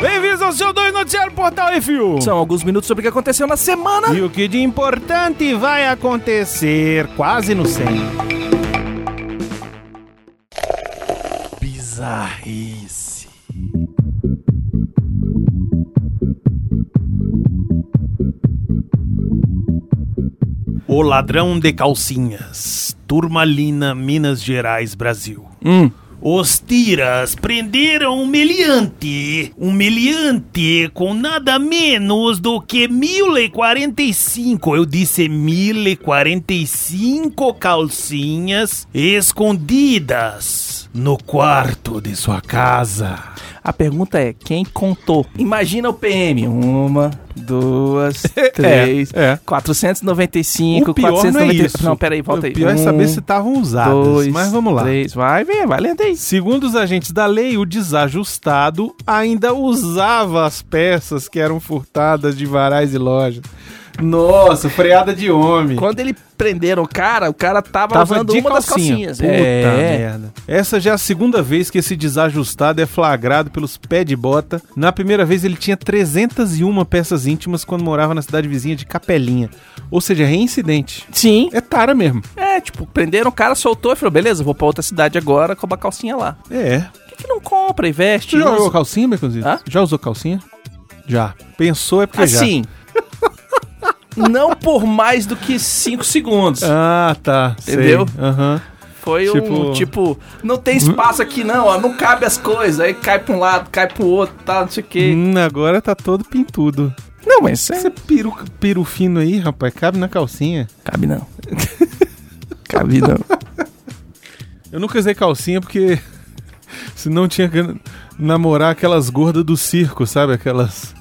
Bem-vindos ao seu 2 Noticiário Portal Refil. São alguns minutos sobre o que aconteceu na semana. E o que de importante vai acontecer quase no 100. Bizarrice. O ladrão de calcinhas, Turmalina, Minas Gerais, Brasil. Hum. Os tiras prenderam um meliante, um meliante com nada menos do que 1045, eu disse 1045 calcinhas escondidas no quarto de sua casa. A pergunta é, quem contou? Imagina o PM. Uma, duas, três, é. 495, O pior não é 495. isso. Não, peraí, volta aí. Um, O pior é saber se estavam usadas, dois, mas vamos lá. Três, vai, vem, vai lendo aí. Segundo os agentes da lei, o desajustado ainda usava as peças que eram furtadas de varais e lojas. Nossa, freada de homem. Quando ele prenderam o cara, o cara tava, Tava usando de uma das calcinha. calcinhas. é. Puta merda. Essa já é a segunda vez que esse desajustado é flagrado pelos pés de bota. Na primeira vez ele tinha 301 peças íntimas quando morava na cidade vizinha de Capelinha. Ou seja, reincidente. Sim. É tara mesmo. É, tipo, prenderam o cara, soltou e falou, beleza, vou pra outra cidade agora com uma calcinha lá. É. Por que, que não compra e veste? Tu já usa? usou calcinha, Beconzito? Hã? Já usou calcinha? Já. Pensou é porque já. Assim. não por mais do que 5 segundos. Ah, tá. Entendeu? Sei. Aham. Foi um tipo- É. tipo, não tem espaço aqui não, ó, não cabe as coisas. Aí cai pra um lado, cai pro outro, tá, não sei o quê. Hum, agora tá todo pintudo. Não, mas é- Esse peru, peru fino aí, rapaz, cabe na calcinha. Cabe não. cabe não. Eu nunca usei calcinha porque senão tinha que namorar aquelas gordas do circo, sabe? Aquelas.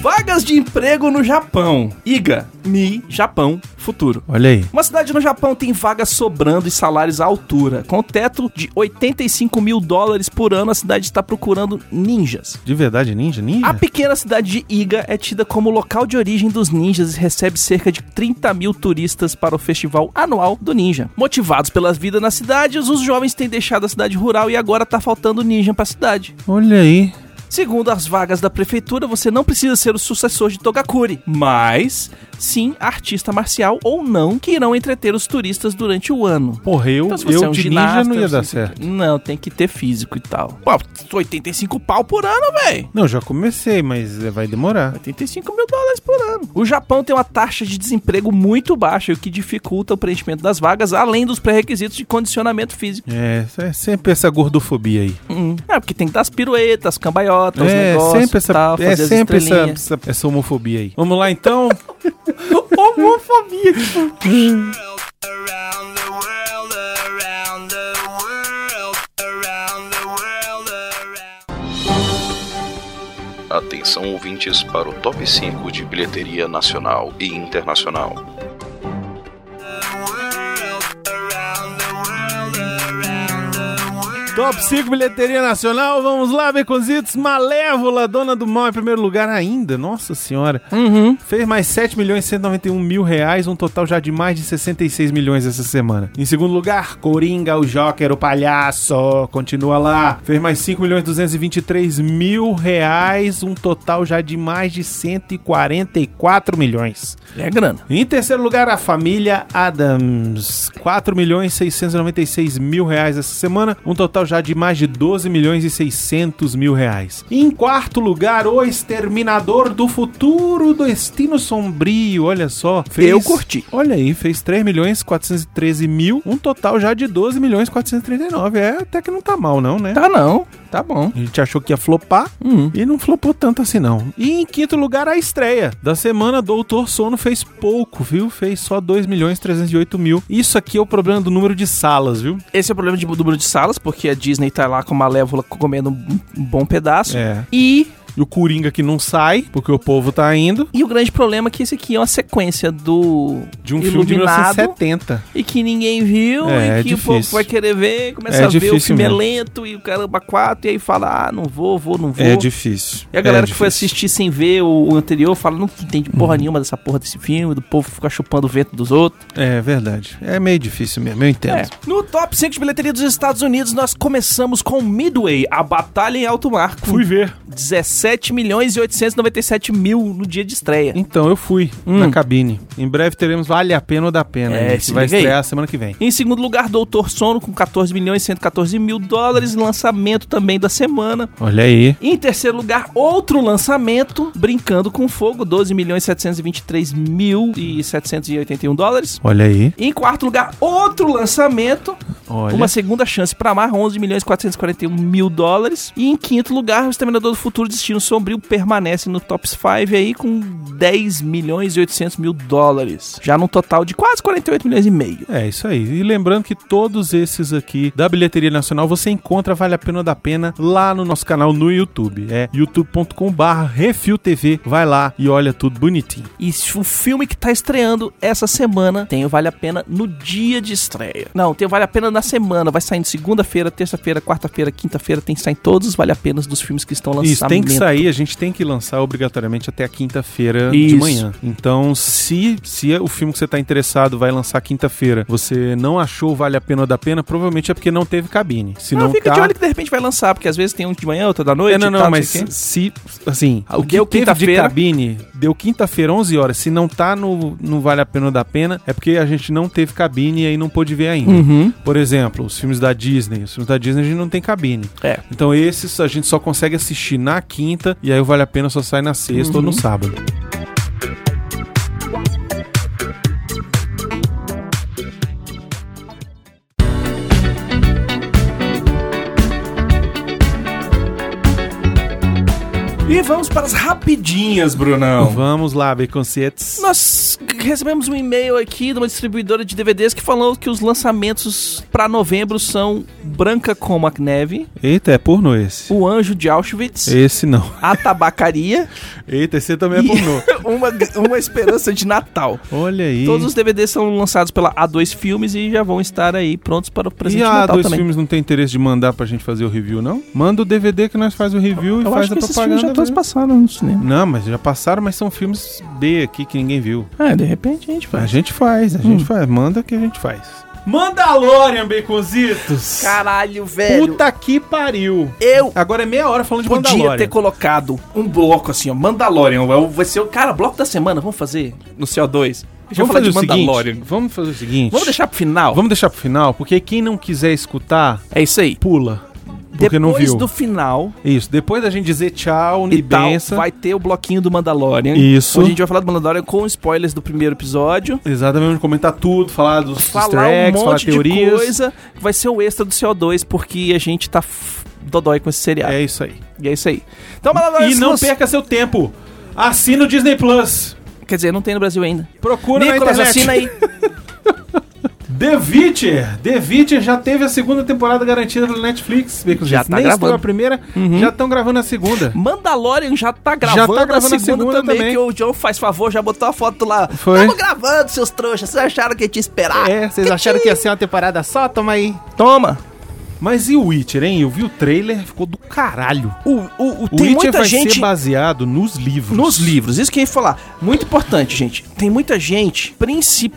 Vagas de emprego no Japão. Iga, Mi, Japão, futuro. Olha aí. Uma cidade no Japão tem vagas sobrando e salários à altura. Com teto de 85 mil dólares por ano, a cidade está procurando ninjas. De verdade, ninja? Ninja? A pequena cidade de Iga é tida como local de origem dos ninjas e recebe cerca de 30 mil turistas para o festival anual do ninja. Motivados pela vida nas cidades, os jovens têm deixado a cidade rural e agora tá faltando ninja para a cidade. Olha aí. Segundo as vagas da prefeitura, você não precisa ser o sucessor de Togakuri, mas sim artista marcial ou não que irão entreter os turistas durante o ano. Porra, eu, Então, se você eu é um de ginasta, ninja não ia você dar tem que- certo. Não, tem que ter físico e tal. Pô, 85 pau por ano, velho. Não, já comecei, mas é, vai demorar. 85 mil dólares por ano. O Japão tem uma taxa de desemprego muito baixa, o que dificulta o preenchimento das vagas, além dos pré-requisitos de condicionamento físico. É, é sempre essa gordofobia aí. Hum. É, porque tem que dar as piruetas, as cambaiotas, os É, negócios, sempre essa, tal, é fazer as sempre essa, estrelinhas. essa, essa homofobia aí. Vamos lá então. Homofobia. Atenção ouvintes para o top 5 de bilheteria nacional e internacional. Top 5 bilheteria nacional, vamos lá, Beconzitos. Malévola, dona do mal em primeiro lugar ainda, nossa senhora. Uhum. Fez mais 7 milhões e 191 mil reais, um total já de mais de 66 milhões essa semana. Em segundo lugar, Coringa, o Joker, o palhaço, continua lá. Fez mais 5 milhões e 223 mil reais, um total já de mais de 144 milhões. É grana. Em terceiro lugar, a família Adams. 4 milhões e 696 mil reais essa semana, um total já de mais de 12 milhões e 600 mil reais. Em quarto lugar, O Exterminador do Futuro, Destino Sombrio, olha só. Fez- Eu curti. Olha aí, fez 3 milhões e 413 mil, um total já de 12 milhões e 439. É, até que não tá mal não, né? Tá não, tá bom. A gente achou que ia flopar Hum. e não flopou tanto assim não. E em quinto lugar a estreia da semana Doutor Sono fez pouco, viu? Fez só 2 milhões e 308 mil. Isso aqui é o problema do número de salas, viu? Esse é o problema de, do número de salas, porque a Disney tá lá com uma lévola comendo um um bom pedaço. É. E E o Coringa que não sai, porque o povo tá indo. E o grande problema é que esse aqui é uma sequência do De um filme de Iluminado, 1970. e que ninguém viu, É, e que é o povo difícil. vai querer ver, começa É a ver, o difícil filme é mesmo. lento e o caramba, quatro, e aí fala, ah, não vou, vou, não vou. É difícil. E a galera É que foi difícil. Uhum. assistir sem ver o, o anterior fala, não entende porra nenhuma dessa porra desse filme, do povo ficar chupando o vento dos outros. É verdade. É meio difícil mesmo, eu entendo. É. No top 5 de bilheteria dos Estados Unidos, nós começamos com Midway, a Batalha em Alto Mar, com ver. 17 milhões e 897 mil no dia de estreia. Então, eu fui Hum. na cabine. Em breve teremos Vale a Pena ou Da Pena, É, né, se que vai liga aí. estrear semana que vem. Em segundo lugar, Doutor Sono, com 14 milhões e 114 mil dólares, lançamento também da semana. Olha aí. Em terceiro lugar, outro lançamento, Brincando com Fogo, 12 milhões e 723 mil e 781 dólares. Olha aí. Em quarto lugar, outro lançamento, Olha. Uma segunda chance para Amar, 11 milhões e 441 mil dólares. E em quinto lugar, o Exterminador do Futuro Destino Sombrio permanece no top 5 aí com 10 milhões e 800 mil dólares. Já num total de quase 48 milhões e meio. É, isso aí. E lembrando que todos esses aqui da Bilheteria Nacional você encontra Vale a Pena ou da Pena lá no nosso canal no YouTube. É youtube.com/barra RefilTV. Vai lá e olha tudo bonitinho. E se o filme que tá estreando essa semana tem o Vale a Pena no dia de estreia. Não, tem o Vale a Pena na semana. Vai saindo segunda-feira, terça-feira, quarta-feira, quinta-feira. Tem que sair todos os Vale a Penas dos filmes que estão lançando. Isso, tem que sair, a gente tem que lançar obrigatoriamente até a quinta-feira Isso. de manhã. Então, se, se o filme que você está interessado vai lançar quinta-feira, você não achou Vale a Pena ou da Pena, provavelmente é porque não teve cabine. Se não, Não, Ah, fica tá... de olho que de repente vai lançar, porque às vezes tem um de manhã, outro da noite. É, não, e não, tal, mas sei o quê. se, assim, o que Deu teve de quinta-feira. cabine, deu quinta-feira, 11 horas, se não tá no, no Vale a Pena ou da Pena, é porque a gente não teve cabine e aí não pôde ver ainda. Uhum. Por exemplo, os filmes da Disney. Os filmes da Disney a gente não tem cabine. É. Então esses a gente só consegue assistir na quinta e aí o Vale a Pena só sai na sexta Uhum. ou no sábado. E vamos para as rapidinhas, Então, Brunão. vamos lá, Baconcietes. Nós recebemos um e-mail aqui de uma distribuidora de DVDs que falou que os lançamentos para novembro são Branca como a Neve, Eita, é pornô esse. O Anjo de Auschwitz, Esse não. A Tabacaria Eita, esse também é e pornô. uma, uma Esperança de Natal. Olha aí. Todos os DVDs são lançados pela A2 Filmes e já vão estar aí prontos para o e presente de a Natal dois também. filmes não tem interesse de mandar pra gente fazer o review, não? Manda o DVD que nós faz o review e Eu faz acho a que esses filmes já propaganda. todos mesmo. passaram no cinema. Não, mas já passaram, mas são filmes B aqui que ninguém viu. Ah, de repente a gente A faz. gente faz, a Hum. gente faz. Manda que a gente faz. Mandalorian, Baconzitos! Caralho, velho. Puta que pariu. Eu Agora é meia hora falando de Podia Mandalorian. ter colocado um bloco assim, ó, Mandalorian, é o- vai ser o cara, bloco da semana, vamos fazer no CO2. Deixa eu Vamos falar fazer de o Mandalorian. seguinte. Vamos fazer o seguinte. Vamos deixar pro final? Vamos deixar pro final, porque quem não quiser escutar, É isso aí. pula. Porque Depois não viu. do final Isso, depois da gente dizer tchau e e tal, benção. vai ter o bloquinho do Mandalorian. Isso. Onde a gente vai falar do Mandalorian com spoilers do primeiro episódio. Exatamente, comentar tudo, falar dos Falar easter eggs, um falar monte de teorias. coisa. Vai ser o extra do CO2, porque a gente tá f- dodói com esse seriado. É isso aí. E é isso aí. Então, E Mandalorian... não lança- perca seu tempo. Assina o Disney Plus. Quer dizer, não tem no Brasil ainda. Procura Nicolas, na internet. assina aí. The Witcher. The Witcher já teve a segunda temporada garantida no Netflix. Bacon. Já Vocês tá Nem estreou gravando. Uhum. a primeira, já estão gravando a segunda. Mandalorian já tá gravando, Já tá gravando a segunda, também, que o John faz favor, já botou a foto lá. Foi. Tamo gravando, seus trouxas, vocês acharam que ia te esperar? É, vocês acharam que ia ser uma temporada só? Toma aí. Toma! Mas e o Witcher, hein? Eu vi o trailer, ficou do caralho. O, o, o- O Witcher tem muita vai gente ser baseado nos livros. nos livros, isso que eu ia falar. Muito importante, gente. Tem muita gente,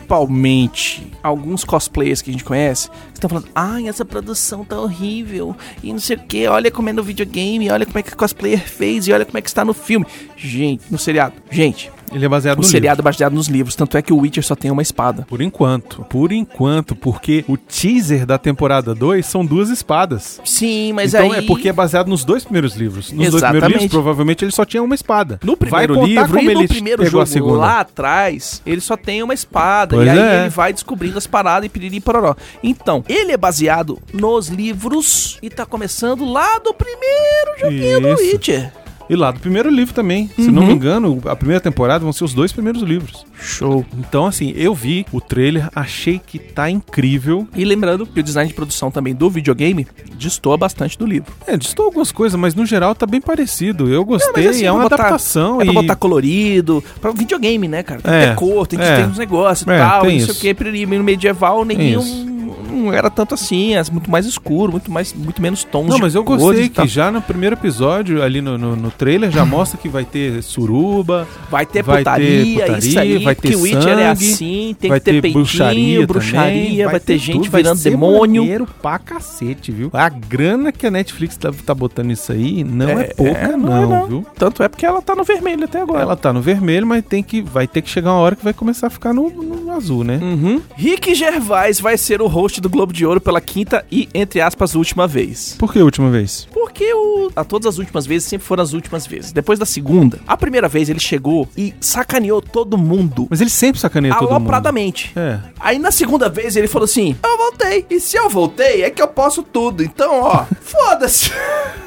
principalmente alguns cosplayers que a gente conhece, que estão falando, ai, essa produção tá horrível, e não sei o que, olha como é no videogame, olha como é que o cosplayer fez, e olha como é que está no filme. Gente, no seriado. Gente, Ele é baseado o no seriado é baseado nos livros, tanto é que o Witcher só tem uma espada. livro. Por enquanto. Por enquanto, porque o teaser da temporada 2 são duas espadas. Sim, mas então aí... é porque é baseado nos dois primeiros livros. Nos dois Exatamente. primeiros livros, provavelmente ele só tinha uma espada. No primeiro vai contar livro como e ele é no primeiro pegou jogo, a segunda. lá atrás, ele só tem uma espada. Pois e aí é. ele vai descobrindo as paradas e piriri e pororó. Então, ele é baseado nos livros e tá começando lá do primeiro joguinho do Isso. Witcher. E lá do primeiro livro também. Se Uhum. não me engano, a primeira temporada vão ser os dois primeiros livros. Show. Então, assim, eu vi o trailer, achei que tá incrível. E lembrando que o design de produção também do videogame destoa bastante do livro. É, distou algumas coisas, mas no geral tá bem parecido. Eu gostei, Mas, é assim, pra uma botar- adaptação. É pra e... botar colorido, pra videogame, né, cara? Tem que É, ter cor, tem que é. ter uns negócios e É, tal, tem não sei o isso. que, piriri, meio medieval, nenhum Isso. não era tanto assim, é muito mais escuro, muito mais, muito menos tons Não, de tá? mas eu cores gostei e que tal. já no primeiro episódio, ali no, no, no trailer, já mostra que vai ter suruba, vai ter vai ter putaria, isso aí, putaria, vai ter que o Witcher é sangue, assim, tem vai que ter, ter peitinho, bruxaria, bruxaria, também, vai, ter gente tudo, vai virando ser demônio. maneiro pra cacete, viu? A grana que a Netflix tá, tá botando isso aí não é, É, pouca, é, não não, é não. viu? Tanto é porque ela tá no vermelho até agora. Ela tá no vermelho, mas tem que, vai ter que chegar uma hora que vai começar a ficar no, no azul, né? Uhum. Rick Gervais vai ser o host do Globo de Ouro pela quinta e, entre aspas, última vez. Por que a última vez? Porque o... a todas as últimas vezes sempre foram as últimas vezes. Depois da segunda, a primeira vez ele chegou e sacaneou todo mundo. Mas ele sempre sacaneia todo mundo. Alopradamente. É. Aí na segunda vez ele falou assim: Eu voltei. E se eu voltei, é que eu posso tudo. Então, ó, foda-se.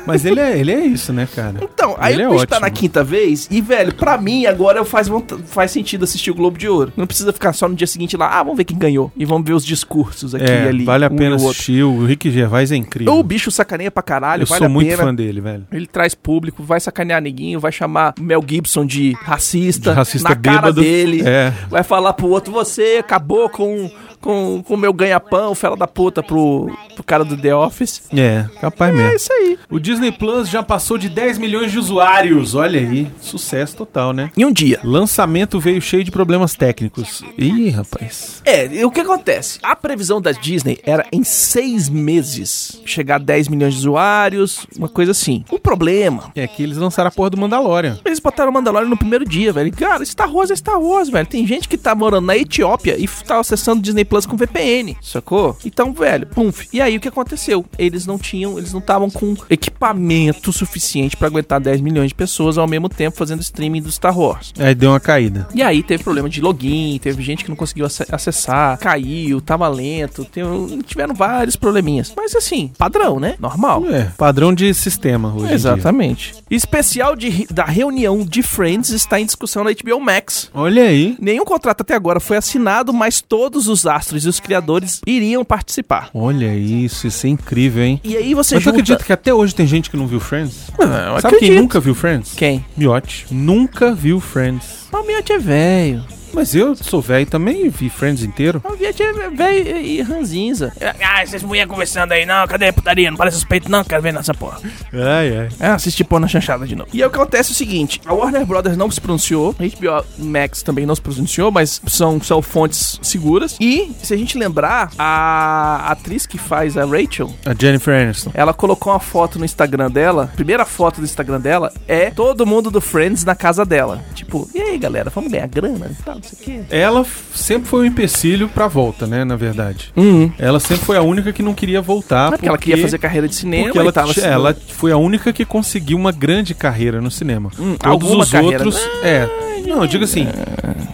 Mas ele é, ele é isso, né, cara? Então, aí ele ele é o bicho tá ótimo. na quinta vez e, velho, pra mim agora eu faz, vonta- faz sentido assistir o Globo de Ouro. Não precisa ficar só no dia seguinte lá, ah, vamos ver quem ganhou. E vamos ver os discursos aqui é, e ali. vale a um pena e o outro. assistir. O Rick Gervais é incrível. O bicho sacaneia pra caralho, Eu vale sou a muito pena. fã dele, velho. Ele traz público, vai sacanear ninguém, vai chamar o Mel Gibson de racista, De racista na cara bêbado. dele. É. Vai falar pro outro, você acabou com com com o meu ganha-pão, fela da puta, pro, pro cara do The Office. É, capaz É mesmo. isso aí. O Disney Plus já passou de 10 milhões de usuários. Olha aí, sucesso total, né? Em um dia. Lançamento veio cheio de problemas técnicos. Ih, rapaz. É, e o que acontece? A previsão da Disney era em seis meses chegar a 10 milhões de usuários, uma coisa assim. O problema. É que eles lançaram a porra do Mandalorian. Eles botaram o Mandalorian no primeiro dia, velho. Cara, Star Wars é Star Wars, velho. Tem gente que tá morando na Etiópia e tá acessando Disney Plus com VPN, sacou? Então, velho, pumf. E aí o que aconteceu? Eles não tinham, eles não estavam com equipamento suficiente pra aguentar 10 milhões de pessoas ao mesmo tempo fazendo streaming do Star Wars. Aí deu uma caída. E aí teve problema de login, teve gente que não conseguiu ace- acessar, caiu, tava lento, teve- tiveram vários probleminhas. Mas assim, padrão, né? Normal. É, padrão de sistema hoje. em dia. Exatamente. Especial de re- da reunião de Friends está em discussão na HBO Max. Olha aí. Nenhum contrato até agora foi assinado, mas todos os astros e os criadores iriam participar. Olha isso, isso é incrível, hein? E aí você Mas tu junta... acredita que até hoje tem gente que não viu Friends? Não, Sabe eu quem acredito. nunca viu Friends? Quem? Miotti. Nunca viu Friends. Mas o Miotti é velho. Mas eu sou velho também e vi Friends inteiro. O Miotti é velho e e ranzinza. Ah, vocês mulher conversando aí, não, cadê a putaria? Não parece suspeito não, quero ver nessa porra. Ai, ai. É, assistir pôr na chanchada de novo. E aí o que acontece é o seguinte: a Warner Brothers não se pronunciou, a HBO Max também não se pronunciou, mas são, são fontes seguras. E, se a gente lembrar, a atriz que faz a Rachel. A Jennifer Aniston. Ela colocou uma foto no Instagram dela. A primeira foto do Instagram dela é todo mundo do Friends na casa dela. Tipo, e aí galera, vamos ganhar grana e tal, não sei o quê. Ela f- sempre foi um empecilho pra volta, né? Na verdade. Uhum. Ela sempre foi a única que não queria voltar. Porque ela queria fazer carreira de cinema porque e ela, tava assim, t- sendo- ela foi a única que conseguiu uma grande carreira no cinema. Todos Hum, alguma os carreira. Ah, é. outros. É. Não, eu digo assim,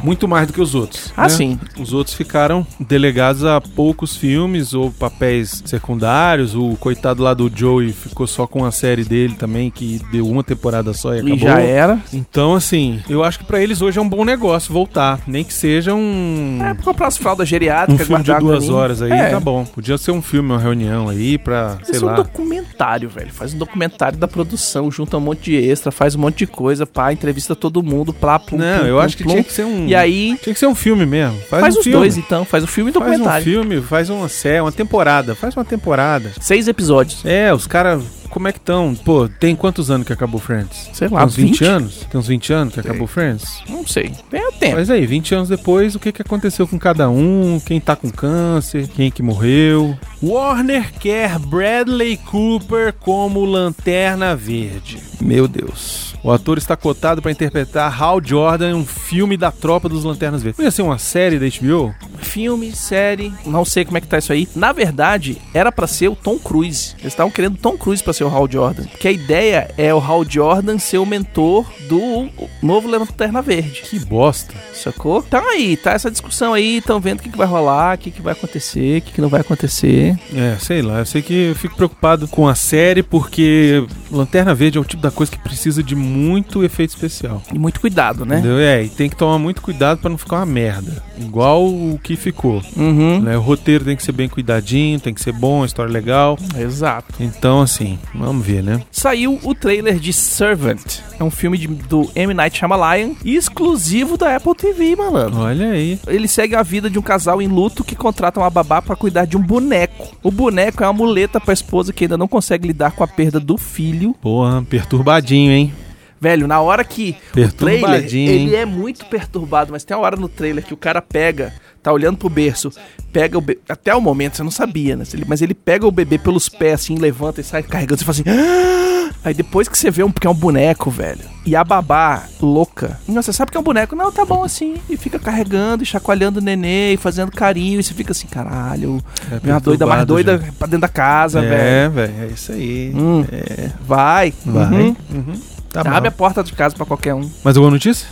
muito mais do que os outros. né? Ah, sim. Os outros ficaram delegados a poucos filmes ou papéis secundários. O coitado lá do Joey ficou só com a série dele também, que deu uma temporada só e acabou. E já é. era. Então, assim, eu acho que pra eles hoje é um bom negócio voltar. Nem que seja um. É, pra comprar as fraldas Um geriátricas, filme de guardar duas pra mim. horas aí, É. tá bom. Podia ser um filme, uma reunião aí pra, sei Isso é um lá. documentário, velho. Faz um documentário da produção, junta um monte de extra, faz um monte de coisa, pá, entrevista todo mundo, plá, plum, Não, plum, eu plum, acho que plum. tinha que ser um. E aí, Tinha que ser um filme mesmo. Faz, faz, um os filme. dois, então. Faz o filme e o Faz um documentário. filme, faz uma série, uma temporada. Faz uma temporada. Seis episódios. É, os caras. Como é que estão? Pô, tem quantos anos que acabou Friends? Sei lá, Tem uns 20, 20? anos? Tem uns 20 anos que acabou Friends? Não sei. Tem tempo. Mas aí, 20 anos depois, o que, que aconteceu com cada um? Quem tá com câncer? Quem que morreu? Warner quer Bradley Cooper como Lanterna Verde. Meu Deus. O ator está cotado para interpretar Hal Jordan em um filme da Tropa dos Lanternas Verdes. Não ia ser uma série da HBO? Filme, série, não sei como é que tá isso aí. Na verdade, era pra ser o Tom Cruise. Eles estavam querendo Tom Cruise pra ser o Hal Jordan. Porque a ideia é o Hal Jordan ser o mentor do novo Lanterna Verde. Que bosta. Sacou? Tá aí, tá essa discussão aí, estão vendo o que, que vai rolar, o que, que vai acontecer, o que, que não vai acontecer. É, sei lá. Eu sei que eu fico preocupado com a série porque Lanterna Verde é o tipo da coisa que precisa de muito efeito especial. E muito cuidado, né? Entendeu? É, e tem que tomar muito cuidado pra não ficar uma merda. Igual o que ficou. Uhum. né? O roteiro tem que ser bem cuidadinho, tem que ser bom, a história é legal. Exato. Então, assim, vamos ver, né? Saiu o trailer de Servant. É um filme de- do M. Night Shyamalan, exclusivo da Apple TV, malandro. Olha aí. Ele segue a vida de um casal em luto que contrata uma babá pra cuidar de um boneco. O boneco é uma muleta pra esposa que ainda não consegue lidar com a perda do filho. Porra, perturbadinho, hein? Velho, na hora que o trailer, Perturbadinho, ele hein? é muito perturbado, mas tem uma hora no trailer que o cara pega, tá olhando pro berço, pega o bebê, até o momento você não sabia, né? Ele- Mas ele pega o bebê pelos pés assim, levanta e sai carregando, você fala assim... "Ah!" Aí depois que você vê um, porque é um boneco, velho, e a babá louca, não, você sabe que é um boneco, não, tá bom assim, e fica carregando, e chacoalhando o nenê, e fazendo carinho, e você fica assim, caralho, É vem uma doida mais perturbado, doida pra dentro da casa, velho. É, velho, é isso aí. Hum, É, Vai, vai. uhum. Uhum. Tá bom. abre a porta de casa pra qualquer um. Mais alguma notícia?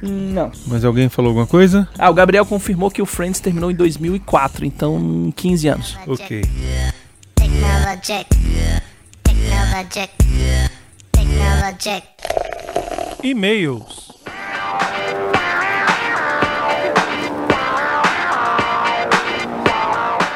Não. Mais alguém falou alguma coisa? Ah, o Gabriel confirmou que o Friends terminou em 2004, então 15 anos. Ok. Technologic. Technologic. Technologic. E-mails.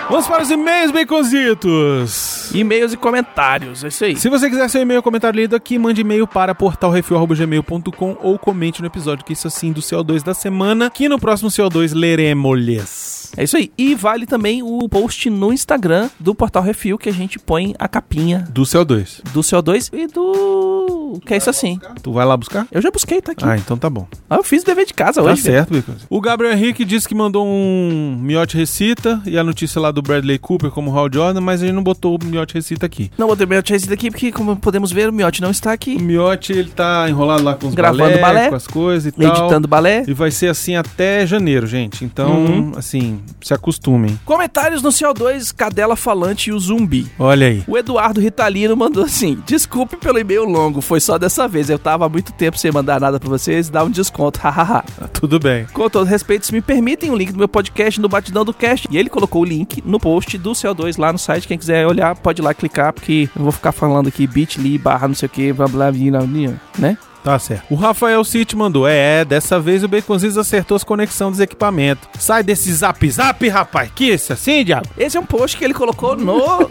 Vamos para os e-mails, baconzitos. E-mails e comentários, é isso aí. Se você quiser seu e-mail comentário lido aqui, mande e-mail para portalrefil.gmail.com ou comente no episódio que isso assim do CO2 da semana, que no próximo CO2 leremos-lhes. É isso aí. E vale também o post no Instagram do Portal Refil que a gente põe a capinha Do CO2. do CO2 e do. Que é isso assim. Tu vai lá buscar? Eu já busquei, tá aqui. Ah, então tá bom. Ah, eu fiz o dever de casa Tá hoje. né? velho. certo, Bicos. O Gabriel Henrique disse que mandou um Miote Recita e a notícia lá do Bradley Cooper como Hal Jordan, mas ele não botou o Miote Recita aqui. Não botei o Miote esse daqui, porque como podemos ver, o Miote não está O aqui Miote, ele tá enrolado lá com os Gravando balé, balé, com as coisas e tal. editando balé. E vai ser assim até janeiro, gente. Então, Uhum. assim, se acostumem. Comentários no CO2, Cadela Falante e o Zumbi. Olha aí. O Eduardo Ritalino mandou assim: Desculpe pelo e-mail longo, foi só dessa vez. Eu tava há muito tempo sem mandar nada pra vocês, dá um desconto, hahaha. Ah, Tudo bem. Com todo respeito, se me permitem o link do meu podcast no Batidão do Cast. E ele colocou o link no post do CO2 lá no site. Quem quiser olhar, pode ir lá clicar, porque eu vou ficar falando aqui bit.ly barra não sei o que, blá blá blá, blá, blá, né? Tá certo. O Rafael City mandou. É, é, dessa vez o Baconzitos acertou as conexões dos equipamentos. Sai desse zap zap, rapaz. Que isso assim, diabo? Esse é um post que ele colocou no.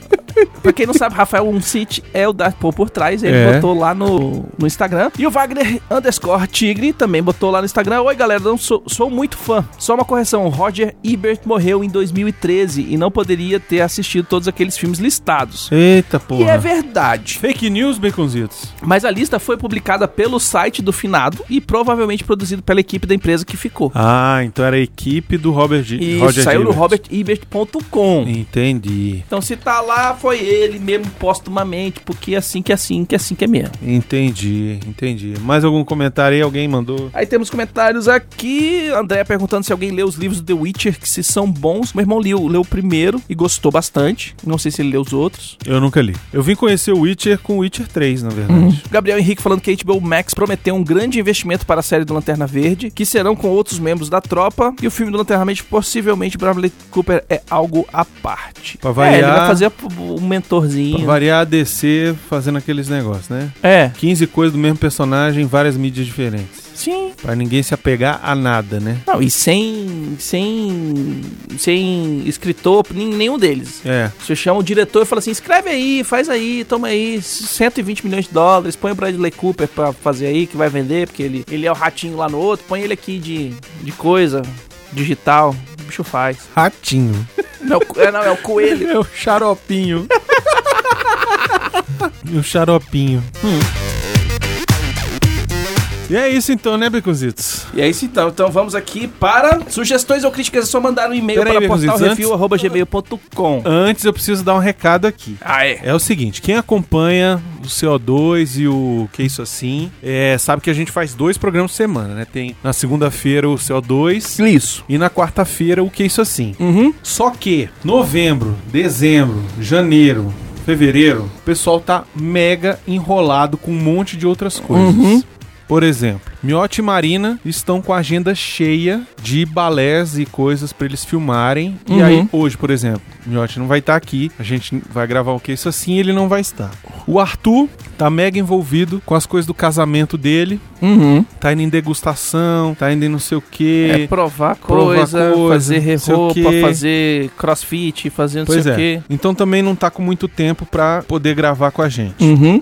pra quem não sabe, Rafael Uncit é o da Pô por trás, ele É. botou lá no, no Instagram. E o Wagner underscore Tigre também botou lá no Instagram. Oi, galera, não sou, sou muito fã. Só uma correção: o Roger Ebert morreu em 2013 e não poderia ter assistido todos aqueles filmes listados. Eita E é porra. verdade. Fake news, Baconzitos. Mas a lista foi publicada pelo site do finado e provavelmente produzido pela equipe da empresa que ficou. Ah, então era a equipe do Robert G. E Roger saiu no Ebert. robertebert.com. Entendi. Então se tá lá, foi ele mesmo postumamente, porque assim que é assim, que é assim que é mesmo. Entendi, entendi. Mais algum comentário aí? Alguém mandou? Aí temos comentários aqui, André perguntando se alguém leu os livros do The Witcher, que se são bons. Meu irmão leu, leu o primeiro e gostou bastante. Não sei se ele leu os outros. Eu nunca li. Eu vim conhecer o Witcher com o Witcher 3, na verdade. Gabriel Henrique falando que a HBO Max prometeu um grande investimento para a série do Lanterna Verde, que serão com outros membros da tropa, e o filme do Lanterna Verde possivelmente Bradley Cooper é algo à parte. Pra É, ele variar- vai fazer um Pra mentorzinho. variar a DC fazendo aqueles negócios, né? É, 15 coisas do mesmo personagem em várias mídias diferentes. sim. Pra ninguém se apegar a nada, né? Não, e sem. sem. sem escritor, nem- nenhum deles. É. Você chama o diretor e fala assim: escreve aí, faz aí, toma aí, 120 milhões de dólares, põe o Bradley Cooper pra fazer aí, que vai vender, porque ele, ele é o ratinho lá no outro, põe ele aqui de, de coisa, digital, o bicho faz. Ratinho. Não, é o co- é, não, é o coelho. Meu xaropinho. Meu xaropinho. Hum. E é isso então, né, Beconzitos? E é isso então. Então vamos aqui para sugestões ou críticas. É só mandar um e-mail Peraí, para Beconzitos, portalrefil.gmail.com. Antes eu preciso dar um recado aqui. Ah, é. É o seguinte, quem acompanha o CO2 e o Que Isso Assim, é, sabe que a gente faz dois programas por semana, né? Tem na segunda-feira o CO2 Isso. e na quarta-feira o Que Isso Assim. Uhum. Só que novembro, dezembro, janeiro, Uhum. fevereiro, o pessoal tá mega enrolado com um monte de outras coisas. Por exemplo, Miotti e Marina estão com a agenda cheia de balés e coisas pra eles filmarem. E Uhum. aí, hoje, por exemplo, Miotti não vai estar aqui. A gente vai gravar o que isso assim, ele não vai estar. O Arthur tá mega envolvido com as coisas do casamento dele. Uhum. Tá indo em degustação, tá indo em não sei o quê. É provar provar coisa, coisa, fazer não sei o roupa, quê. fazer crossfit, fazer não Pois sei é. o quê. Então também não tá com muito tempo pra poder gravar com a gente. Uhum.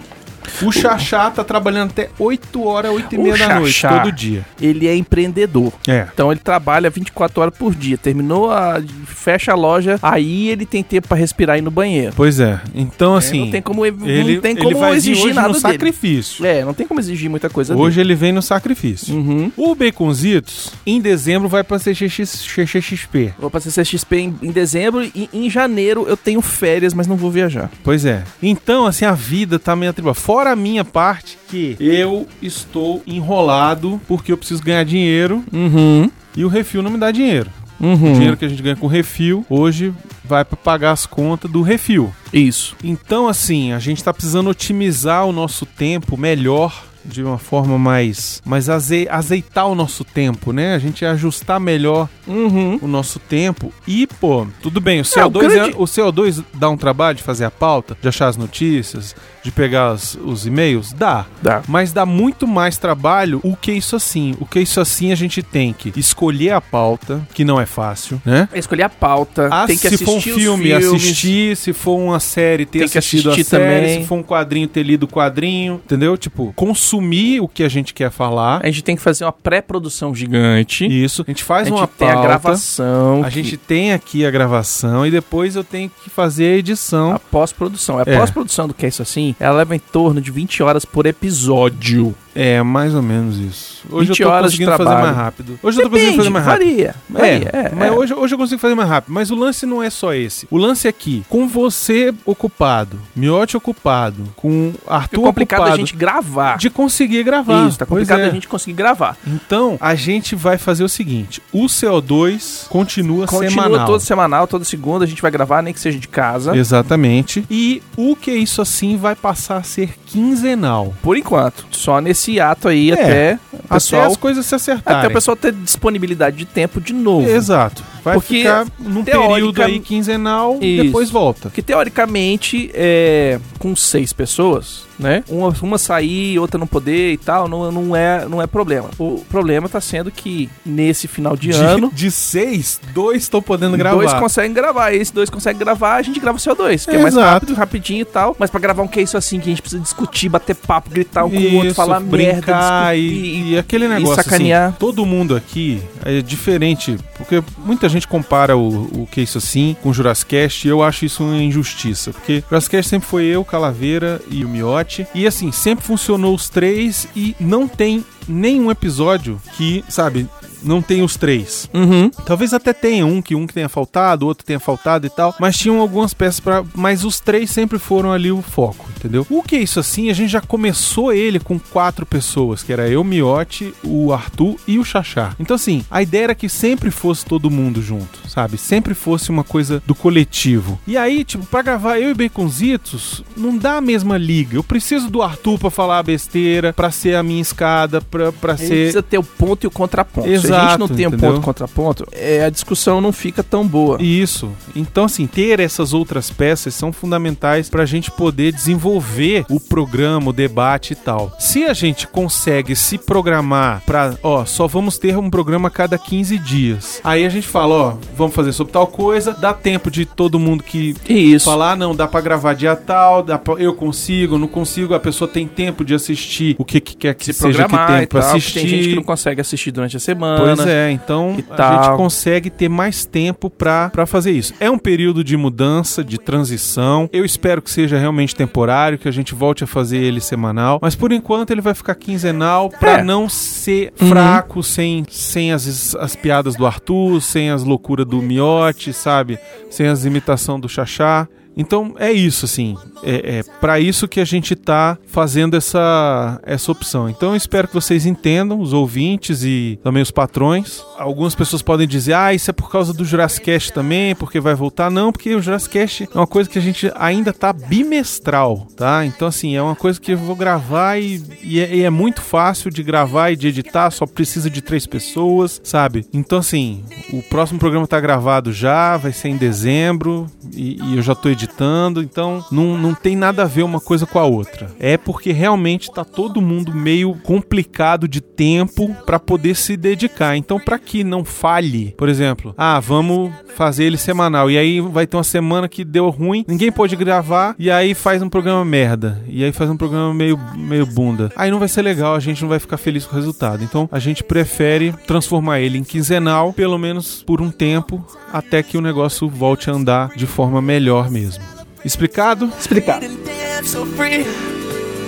O Xaxá tá trabalhando até 8 horas, 8 e O meia da noite, Xaxá. todo dia. Ele é empreendedor. É. Então ele trabalha 24 horas por dia. Terminou a. fecha a loja, aí ele tem tempo pra respirar e ir no banheiro. Pois é. Então, É, assim. não tem como, ev- ele, não tem ele como vai vir exigir hoje nada no dele. sacrifício. É, não tem como exigir muita coisa Hoje ele vem no sacrifício. dele. Uhum. O Baconzitos, em dezembro, vai pra CXX CXXP. Vou pra CCXP em, em dezembro e em janeiro eu tenho férias, mas não vou viajar. Pois é. Então, assim, a vida tá meio atribulada. Fora a minha parte, que eu estou enrolado porque eu preciso ganhar dinheiro Uhum. e o refil não me dá dinheiro. O Uhum. dinheiro que a gente ganha com refil, hoje vai pra pagar as contas do refil. Isso. Então, assim, a gente tá precisando otimizar o nosso tempo melhor. De uma forma mais. mais aze- azeitar o nosso tempo, né? A gente ajustar melhor Uhum. o nosso tempo. E, pô, tudo bem, o o CO2, é- grande- o CO2 dá um trabalho de fazer a pauta, de achar as notícias, de pegar os, os e-mails? Dá. Dá. Mas dá muito mais trabalho o que isso assim. O que isso assim a gente tem que escolher a pauta, que não é fácil, né? Escolher a pauta, Ah, tem que se assistir for um os filme, filmes. assistir. Se for uma série, ter Tem que assistido a assistir série. também. Se for um quadrinho, ter lido o quadrinho. Entendeu? Tipo, consumir o que a gente quer falar. A gente tem que fazer uma pré-produção gigante. Isso. A gente a faz É, gente uma tem pauta. a gravação. A que- gente tem aqui a gravação e depois eu tenho que fazer a edição. A pós-produção. A É. pós-produção do Que É Isso Assim, ela leva em torno de 20 horas por episódio. É, mais ou menos isso. Hoje 20 eu tô horas de conseguindo fazer trabalho. mais rápido. Hoje eu tô conseguindo fazer mais rápido. varia. Varia, É, é, mas é. Hoje, hoje eu consigo fazer mais rápido. Mas o lance não é só esse. O lance é que, com você ocupado, Miote ocupado, com É Arthur complicado ocupado, a gente gravar. de conseguir gravar. Isso, tá Pois complicado é. a gente conseguir gravar. Então, a gente vai fazer o seguinte: o CO2 continua, Continua semanal. todo semanal, toda segunda, a gente vai gravar, nem que seja de casa. Exatamente. E o que é isso assim vai passar a ser quinzenal. Por enquanto. Só nesse ato aí É, até o pessoal. até as coisas se acertarem. até o pessoal ter disponibilidade de tempo de novo. Exato. Vai Porque, ficar num teórica- período aí quinzenal e Isso. depois volta. Porque teoricamente, é, com seis pessoas, né? Uma, uma sair, outra não poder e tal, não, não, é, não é problema. O problema tá sendo que nesse final de, ano, de seis, dois estão podendo gravar. dois conseguem gravar. Esse dois consegue gravar, a gente grava o CO2, que é mais Exato. rápido, rapidinho e tal. Mas pra gravar um que é isso assim, que a gente precisa discutir, bater papo, gritar um com o outro, Isso, falar merda, brincar discutir. e, e aquele negócio sacanear. assim, todo mundo aqui é diferente, porque muita gente compara o, o que é isso assim com o Jurassicast e eu acho isso uma injustiça, porque o Jurassicast sempre foi eu, Calaveira e o Miote, e assim, sempre funcionou os três e não tem nenhum episódio que, sabe, não tem os três. Uhum. Talvez até tenha um que um que tenha faltado, outro tenha faltado e tal, mas tinham algumas peças pra. mas os três sempre foram ali o foco, entendeu? O que é isso assim? A gente já começou ele com quatro pessoas, que era eu, Miote, o Arthur e o Xaxá. Então assim, a ideia era que sempre fosse todo mundo junto, sabe? Sempre fosse uma coisa do coletivo. E aí, tipo, pra gravar eu e Baconzitos, não dá a mesma liga. Eu preciso do Arthur pra falar a besteira, pra ser a minha escada, pra, pra Ele ser precisa ter o ponto e o contraponto. Se a gente Exato, não tem o entendeu? ponto e o contraponto, é, a discussão não fica tão boa. Isso. Então, assim, ter essas outras peças são fundamentais para a gente poder desenvolver o programa, o debate e tal. Se a gente consegue se programar para, ó, só vamos ter um programa a cada 15 dias. Aí a gente fala, ó, vamos fazer sobre tal coisa, dá tempo de todo mundo que E isso. falar, ah, não, dá pra gravar dia tal, dá pra- eu consigo, não consigo, a pessoa tem tempo de assistir o que, que quer que se seja que programar tem e pra tal, porque assistir. Tem gente que não consegue assistir durante a semana. Pois é, então e a gente tal. consegue ter mais tempo pra pra fazer isso. É um período de mudança, de transição. Eu espero que seja realmente temporário, que a gente volte a fazer ele semanal. Mas por enquanto ele vai ficar quinzenal pra É. não ser fraco, sem, sem as, as piadas do Arthur, sem as loucuras do Miote, sabe? Sem as imitação do Xaxá. Então é isso, assim. É, é para isso que a gente tá fazendo essa, essa opção. Então eu espero que vocês entendam, os ouvintes e também os patrões. Algumas pessoas podem dizer, ah, isso é por causa do Jurassic Cast também, porque vai voltar. Não, porque o Jurassic Cast é uma coisa que a gente ainda tá bimestral, tá? Então, assim, é uma coisa que eu vou gravar e, e é, e é muito fácil de gravar e de editar, só precisa de três pessoas, sabe? Então, assim, o próximo programa tá gravado já, vai ser em dezembro e, e eu já tô editando, então não, não tem nada a ver uma coisa com a outra. É porque realmente tá todo mundo meio complicado de tempo pra poder se dedicar. Então, pra que não falhe, por exemplo, ah, vamos fazer ele semanal e aí vai ter uma semana que deu ruim, ninguém pôde gravar e aí faz um programa merda. E aí faz um programa meio meio bunda. Aí não vai ser legal, a gente não vai ficar feliz com o resultado. Então, a gente prefere transformar ele em quinzenal, pelo menos por um tempo, até que o negócio volte a andar de forma melhor mesmo. Explicado? Explicado. and dance so free.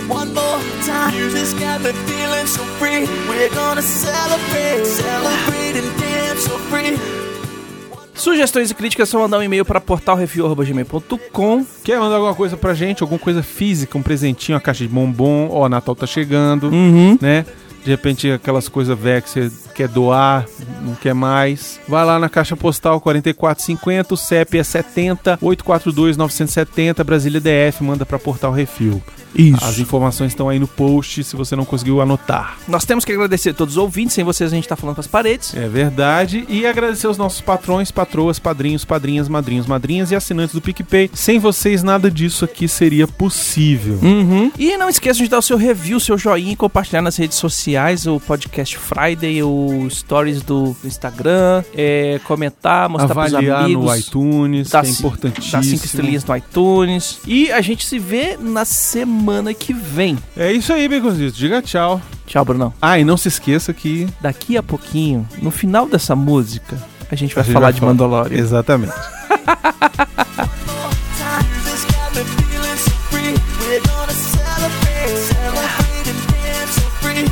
One more time, music's got me feeling so free. We're gonna celebrate, celebrate and dance so free. Sugestões e críticas é só mandar um e-mail para portalrefil.gmail.com. Quer mandar alguma coisa pra gente? Alguma coisa física, um presentinho, uma caixa de bombom, ó, Natal tá chegando, Uhum. né? De repente aquelas coisas velhas que você quer doar, não quer mais. Vai lá na caixa postal 4450, o CEP é 70 842 970, Brasília DF, manda pra Portal Refil. Isso. As informações estão aí no post se você não conseguiu anotar. Nós temos que agradecer a todos os ouvintes, sem vocês a gente tá falando com as paredes. É verdade. E agradecer aos nossos patrões, patroas, padrinhos, padrinhas, madrinhos, madrinhas e assinantes do PicPay. Sem vocês, nada disso aqui seria possível. Uhum. E não esqueçam de dar o seu review, o seu joinha e compartilhar nas redes sociais, o podcast Friday, o stories do Instagram, é, comentar, mostrar Avaliar pros amigos. no iTunes, Dá que é ci- importantíssimo. Dar cinco estrelinhas no iTunes. E a gente se vê na semana que vem. É isso aí, Baconzitos. Diga tchau. Tchau, Brunão. Ah, e não se esqueça que... Daqui a pouquinho, no final dessa música, a gente vai A gente falar vai de falar. Mandalorian. Exatamente. Time, music's got me feeling so free. We're gonna celebrate, celebrate and dance so free.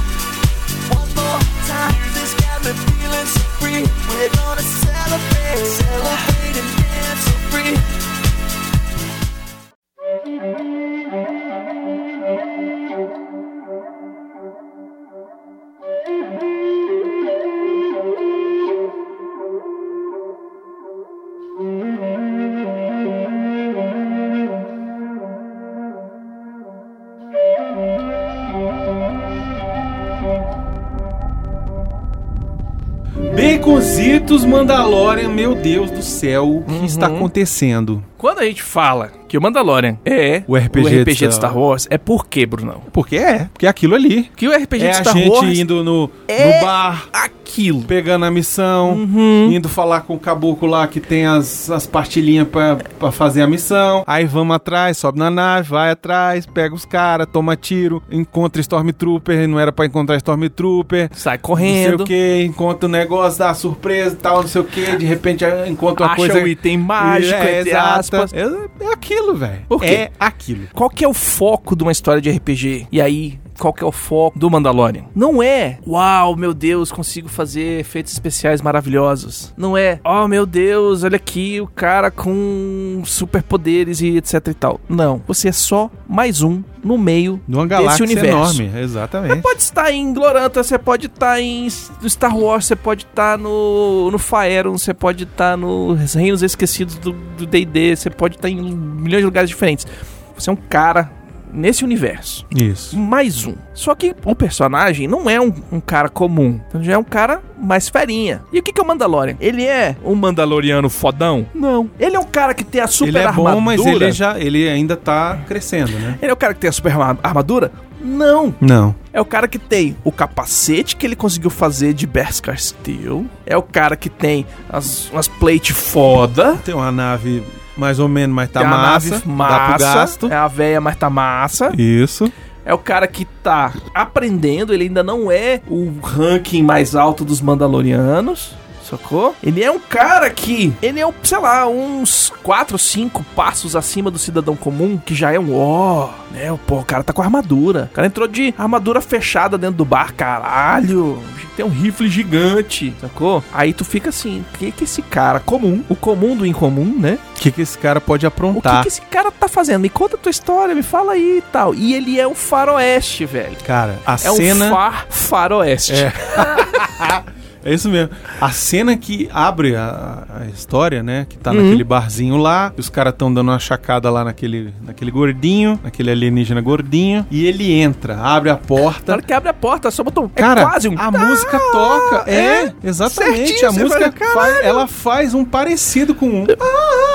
One more time, music's got me feeling so free. We're gonna celebrate, celebrate and dance so free. Baconzitos Mandalorian, meu Deus do céu, o que está Uhum. acontecendo? Quando a gente fala que o Mandalorian é O RPG de de, Star... Star Wars, é por quê, Brunão? Porque é, porque é aquilo ali. Que o RPG é de a Star gente Wars indo no, é- no bar, aquilo. pegando a missão, Uhum. indo falar com o caboclo lá que tem as, as partilhinhas pra, pra fazer a missão. Aí vamos atrás, sobe na nave, vai atrás, pega os caras, toma tiro, encontra Stormtrooper, não era pra encontrar Stormtrooper. Sai Não sei correndo, o que, encontra o negócio, dá surpresa e tal, não sei o que, de repente ah, encontra uma acha coisa. o item mágico, é, entre exata. aspas. É, é aquilo, velho. Por quê? É aquilo. Qual que é o foco de uma história de RPG? E aí, qual que é o foco do Mandalorian? Não é, uau, meu Deus, consigo fazer efeitos especiais maravilhosos. Não é, oh meu Deus, olha aqui o cara com superpoderes e etc e tal. Não, você é só mais um no meio Numa galáxia universo. enorme, exatamente. Pode estar em Gloranta, você pode estar em Star Wars, você pode estar no, no Faeron, você pode estar nos Reinos Esquecidos do do D&D, você pode estar em milhões de lugares diferentes. Você é um cara nesse universo. Isso. Mais um. Só que o personagem não é um, um cara comum. Então já é um cara mais ferinha. E o que, que é o Mandalorian? Ele é um Mandaloriano fodão? Não. Ele é um cara que tem a super Ele é armadura. bom, mas ele, já, ele ainda tá crescendo, né? Ele é o cara que tem a super arma- armadura? Não. Não. É o cara que tem o capacete que ele conseguiu fazer de Berskar Steel. É o cara que tem as, umas plate foda. Tem uma nave mais ou menos, mas tá tem a massa. nave Dá pro massa. gasto. É a véia, mas tá massa. Isso. É o cara que tá aprendendo. Ele ainda não é o ranking mais alto dos Mandalorianos. sacou? Ele é um cara que, ele é, um, sei lá, uns 4, 5 passos acima do cidadão comum, que já é um ó, né? Pô, o cara tá com armadura. O cara entrou de armadura fechada dentro do bar, caralho. Tem um rifle gigante, sacou? Aí tu fica assim, o que que esse cara comum, o comum do incomum, né? O que, que esse cara pode O aprontar? que, que esse cara tá fazendo? Me conta a tua história, me fala aí e tal. E ele é um faroeste, velho. Cara, a É um cena. far faroeste. É. É isso mesmo. A cena que abre a, a história, né? Que Uhum. tá naquele barzinho lá. Os caras tão dando uma chacada lá naquele, naquele gordinho, naquele alienígena gordinho. E ele entra, abre a Na porta. hora que abre a porta, só botou um. Cara, é quase um. a música toca. É, é. exatamente. Certinho, a você música fala, faz, "Caralho." ela faz um parecido com um. ah,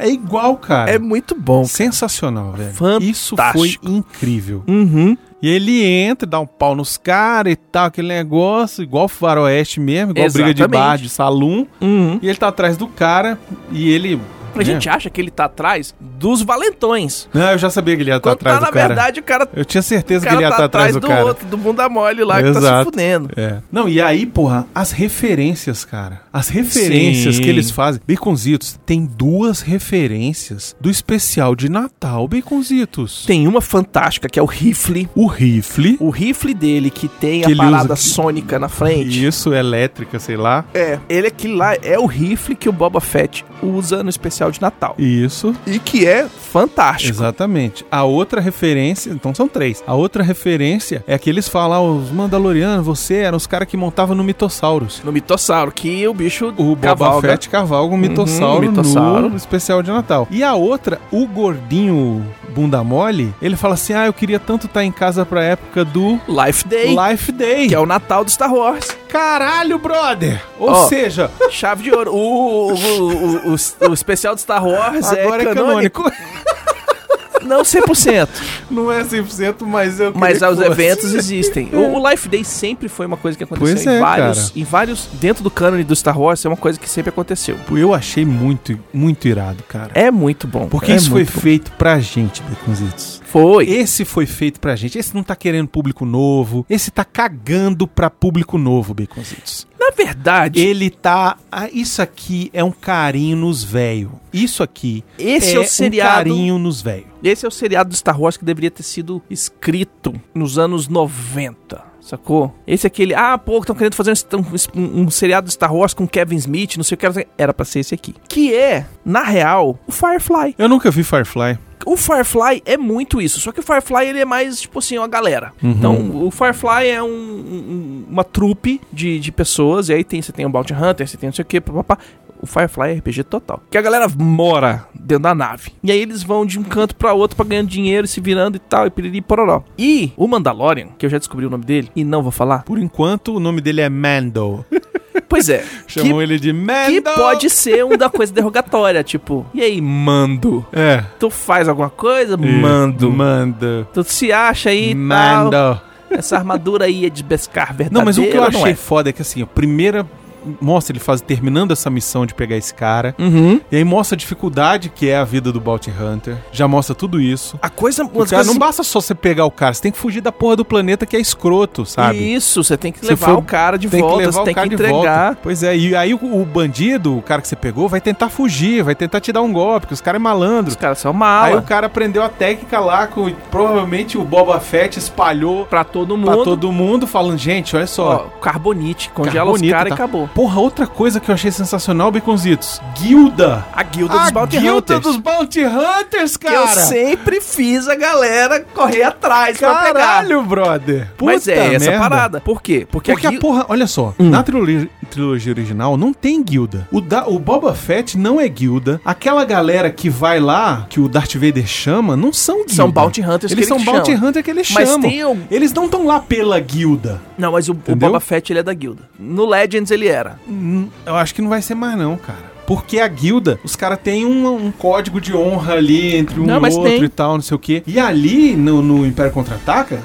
É igual, cara. É muito bom. sensacional, velho. Fantástico. Isso foi incrível. Uhum. E ele entra, dá um pau nos caras e tal, aquele negócio, igual faroeste mesmo, igual briga de Exatamente. bar, de salão. Uhum. E ele tá atrás do cara e ele. né? A É. gente acha que ele tá atrás dos valentões. Não, eu já sabia que ele ia estar Quando Tá atrás tá, na do cara. verdade, o cara, eu tinha o certeza que cara ele ia estar tá atrás do, cara. outro, do bunda mole lá, que tá se Exato. fudendo. É. Não, e aí, porra, as referências, cara. As referências Sim. que eles fazem. Baconzitos, tem duas referências do especial de Natal, Baconzitos. Tem uma fantástica que é o rifle. O rifle. O rifle dele que tem Que a ele usa parada aqui. sônica na frente. Isso, elétrica, sei lá. É, ele aquele lá é o rifle que o Boba Fett usa no especial de Natal. Isso. E que é fantástico. Exatamente. A outra referência, então são três. A outra referência é que eles falam, ah, os Mandalorianos, você eram os caras que montavam no Mitossauros. No mitossauro, que o bicho O Boba cavalga. Uhum. Fett cavalga um mitossauro, mitossauro. no especial de Natal. E a outra, o gordinho bunda mole, ele fala assim, ah, eu queria tanto estar em casa pra época do Life Day, Life Day. que é o Natal do Star Wars. Caralho, brother! Ou Ó, seja, Chave de ouro. O, o, o, o, o- o especial do Star Wars agora é é canônico. canônico. Não 100%, Não é 100%, mas eu mas queria os que fosse. eventos existem. O, o Life Day sempre foi uma coisa que aconteceu Pois em é, vários... cara. Em vários... Dentro do cânone do Star Wars, é uma coisa que sempre aconteceu. Eu achei muito, muito irado, cara. É muito bom. Porque é isso foi muito bom. feito pra gente, Beconzitos. Foi. Esse foi feito pra gente. Esse não tá querendo público novo. Esse tá cagando pra público novo, Beconzitos. Na verdade, Ele tá. ah, isso aqui é um carinho nos velho. Isso aqui Esse é é o seriado- um carinho nos velho. Esse é o seriado do Star Wars que deveria ter sido escrito nos anos 90. Sacou? Esse é aquele. Ah, pô, estão querendo fazer um, um- um seriado do Star Wars com Kevin Smith, não sei o que. não sei o que. Era pra ser esse aqui. Que é, na real, o Firefly. Eu nunca vi Firefly. O Firefly é muito isso. Só que o Firefly ele é mais, tipo assim, uma galera. Uhum. Então, o Firefly é um- um- uma trupe de, de pessoas. E aí tem, você tem o Bounty Hunter, você tem não sei o que, papapá. O Firefly é RPG total. Que a galera mora dentro da nave. E aí eles vão de um canto pra outro pra ganhando dinheiro, se virando e tal, e piriri e pororó. E o Mandalorian, que eu já descobri o nome dele, e não vou falar. Por enquanto, o nome dele é Mando. Pois é. Chamam que, ele de Mando. que pode ser uma da coisa derrogatória, tipo, e aí, mando? É. Tu faz alguma coisa? Mando. Mando. Tu se acha aí e tal. Mando. Essa armadura aí é de Beskar verdadeira. Não, mas o que eu não achei é? foda é que assim, a primeira. Mostra ele faz, terminando essa missão de pegar esse cara. Uhum. E aí mostra a dificuldade que é a vida do Bounty Hunter. Já mostra tudo isso. A coisa... O Uma cara, não basta só você pegar o cara, você tem que fugir da porra do planeta que é escroto, sabe? Isso, você tem que Você levar foi- o cara de volta, você tem que de entregar. volta. Pois é, e aí o, o bandido, o cara que você pegou, vai tentar fugir, vai tentar te dar um golpe, porque os caras é malandro. Os caras são Aí o mala. cara aprendeu a técnica lá, com, provavelmente o Boba Fett espalhou Pra todo mundo, pra todo mundo, falando, gente, olha só, ó, carbonite, congela os Carbonita, caras tá? e acabou. Porra, outra coisa que eu achei sensacional, Baconzitos. Guilda. A guilda dos Bounty Hunters. dos Bounty Hunters, Que eu cara. sempre fiz a galera correr atrás pra pegar. Caralho, brother. Puta Mas é essa merda. parada. Por quê? Porque, Porque a a Hum. guil- porra, olha só, na trilogia, trilogia original não tem guilda. O, da- o Boba Fett não é guilda. Aquela galera que vai lá, que o Darth Vader chama, não são guilda. São Bounty Hunters Eles que são ele Bounty chama. Hunter que eles Mas chamam. tem um- Eles não estão lá pela guilda. Não, mas o, o Entendeu? Boba Fett ele é da guilda. No Legends ele era. Hum, Eu acho que não vai ser mais, não, cara. Porque a guilda, os caras têm um, um código de honra ali entre um Não, e mas outro tem. e tal, não sei o quê. E ali, no, no Império Contra-Ataca,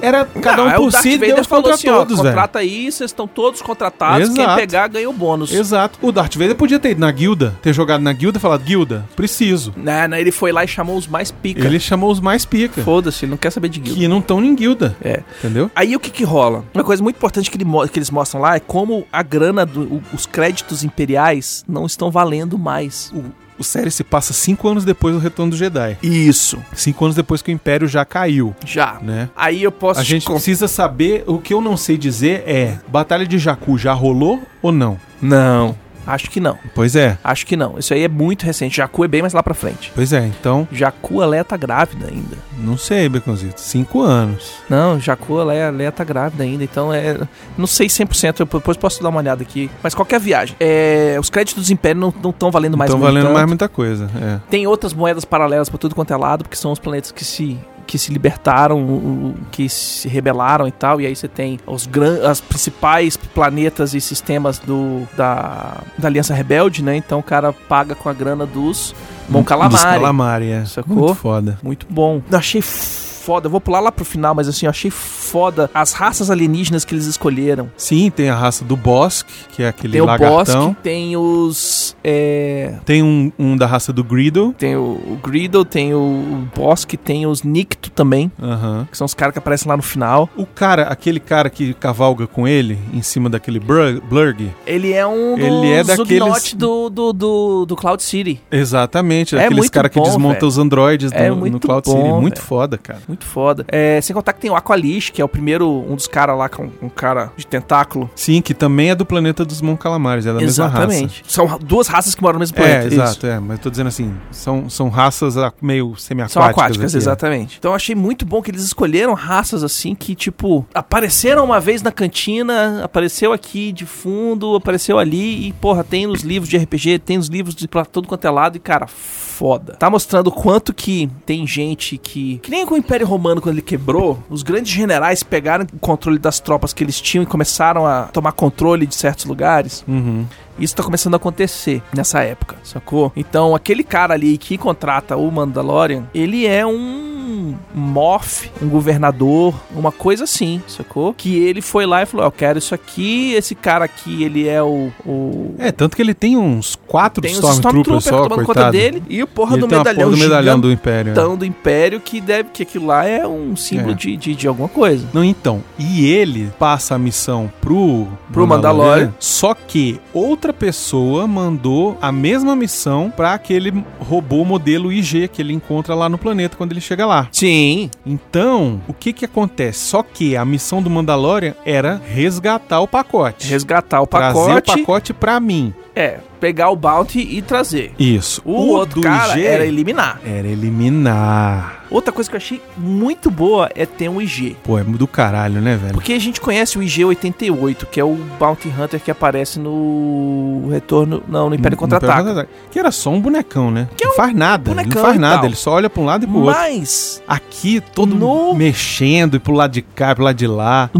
Era cada Não, um aí o por Darth si, Vader Deus falou contra assim, ó, todos, velho. Contrata aí, vocês estão todos contratados, quem Exato. pegar ganha o bônus. Exato. O Darth Vader podia ter ido na guilda, ter jogado na guilda e falado, guilda, preciso. Não, não, né, ele foi lá e chamou os mais pica. Ele chamou os mais pica, Foda-se, ele não quer saber de guilda. que não estão em guilda, É. entendeu? Aí o que que rola? Uma coisa muito importante que, ele mo- que eles mostram lá é como a grana, do- o- os créditos imperiais não estão valendo mais. O, o série se passa cinco anos depois do Retorno do Jedi. Isso. Cinco anos depois que o Império já caiu, Já. né? Aí eu posso A te gente con- precisa saber, o que eu não sei dizer é, Batalha de Jakku já rolou ou não? Não. Acho que não. Pois é, Acho que não. Isso aí é muito recente. Jacu é bem mais lá pra frente. pois é, então, Jacu, a Leia tá grávida ainda. não sei, Beconzito, cinco anos. Não, Jacu, a Leia, a Leia tá grávida ainda. Então é. Não sei 100%. Eu depois posso dar uma olhada aqui. Mas qualquer viagem. É, os créditos do Império não estão valendo mais Estão muito Então valendo tanto. mais muita coisa, é. Tem outras moedas paralelas pra tudo quanto é lado, porque são os planetas que se que se libertaram, o- o- que se rebelaram e tal, e aí você tem os gran as principais planetas e sistemas do da, da Aliança Rebelde, né? Então o cara paga com a grana dos Mon Dos Calamari. Calamari, é. Sacou? Muito foda. Muito bom. Eu achei foda, eu vou pular lá pro final, mas assim, eu achei foda as raças alienígenas que eles escolheram. Sim, tem a raça do Bosque, que é aquele Tem o lagartão. Bosque, tem os é, Tem um, um da raça do Griddle. tem o, o Griddle, tem o, o Bosque, tem os Nicto também. Aham. que são os caras que aparecem lá no final. O cara, aquele cara que cavalga com ele em cima daquele brug- Blurg. Ele é um dos Ele é daqueles- Zugnaut do, do, do, do Cloud City. Exatamente, É aqueles muito caras que bom, desmontam velho. os androides É no, muito no Cloud bom, City. Muito velho. foda, cara. Muito foda. É, sem contar que tem o Aqualish, que é o primeiro, um dos caras lá com um cara de tentáculo. Sim, que também é do planeta dos Mon Calamares, é da mesma raça. Exatamente. São dois raças que moram no mesmo É, planeta. isso. exato, é. Mas eu tô dizendo assim, são, são raças a- meio semi-aquáticas. São aquáticas, aqui, é. exatamente. Então eu achei muito bom que eles escolheram raças assim que, tipo, apareceram uma vez na cantina, apareceu aqui de fundo, apareceu ali e, porra, tem nos livros de RPG, tem nos livros de pra todo quanto é lado e, cara, foda. Tá mostrando o quanto que tem gente que. Que nem com o Império Romano, quando ele quebrou, os grandes generais pegaram o controle das tropas que eles tinham e começaram a tomar controle de certos lugares. Uhum. Isso tá começando a acontecer nessa época, sacou? Então, aquele cara ali que contrata o Mandalorian, ele é um morph, um governador, uma coisa assim, sacou? Que ele foi lá e falou: "Ó, Eu quero isso aqui, esse cara aqui, ele é o. o... É, tanto que ele tem uns quatro Tem os Stormtroopers Stormtroopers só, tomando coitado. conta dele e o porra E ele do tem uma porra medalhão, do medalhão gigantão do Império. é. do Império que deve que aquilo lá é um símbolo É. de, de, de alguma coisa. Não, então, e ele passa a missão pro, Pro Mandalorian. Só que outra pessoa mandou a mesma missão pra aquele robô modelo IG que ele encontra lá no planeta quando ele chega lá. Sim. Então, o que que acontece? Só que a missão do Mandalorian era resgatar o pacote. Resgatar o Trazer o pacote, pacote pra mim. é pegar o bounty e trazer. Isso. O, outro cara era eliminar. era eliminar. Outra coisa que eu achei muito boa é ter um IG. Pô, é do caralho, né, velho? Porque a gente conhece o IG-88, que é o Bounty Hunter que aparece no Retorno. Não, no Império No- no Contra-Ataca. Contra-Ataque. Que era só um bonecão, né? Que é não um faz nada, ele não bonecão faz e nada, tal. ele só olha pra um lado e pro outro. Mas Aqui, todo No- mexendo e pro lado de cá, pro lado de lá.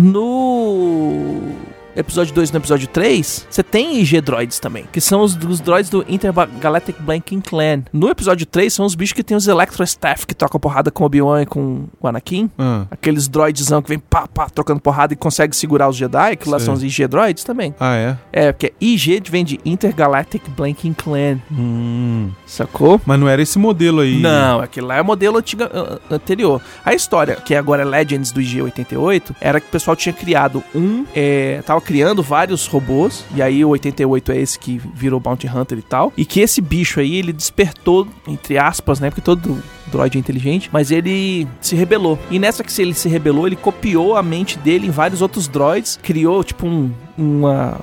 no episódio 2 e no episódio 3, você tem IG droids também, que são os, os droids do Intergalactic Blanking Clan. No episódio 3 são os bichos que tem os Electro Staff que tocam porrada com o Obi-Wan e com o Anakin. Ah, Aqueles droidzão que vem pá, pá, trocando porrada e consegue segurar os Jedi, que lá Sei. são os IG droids também. ah, é? É, porque IG vem de Intergalactic Blanking Clan, Hum. sacou? Mas não era esse modelo aí. Não, aquele lá é o modelo antiga- an- an- anterior. A história, que agora é Legends do IG-88, era que o pessoal tinha criado um, é, tava criando vários robôs, e aí o 88 é esse que virou Bounty Hunter e tal, e que esse bicho aí, ele despertou, entre aspas, né, porque todo droid é inteligente, mas ele se rebelou. E nessa que se ele se rebelou, ele copiou a mente dele em vários outros droids, criou, tipo, um, uma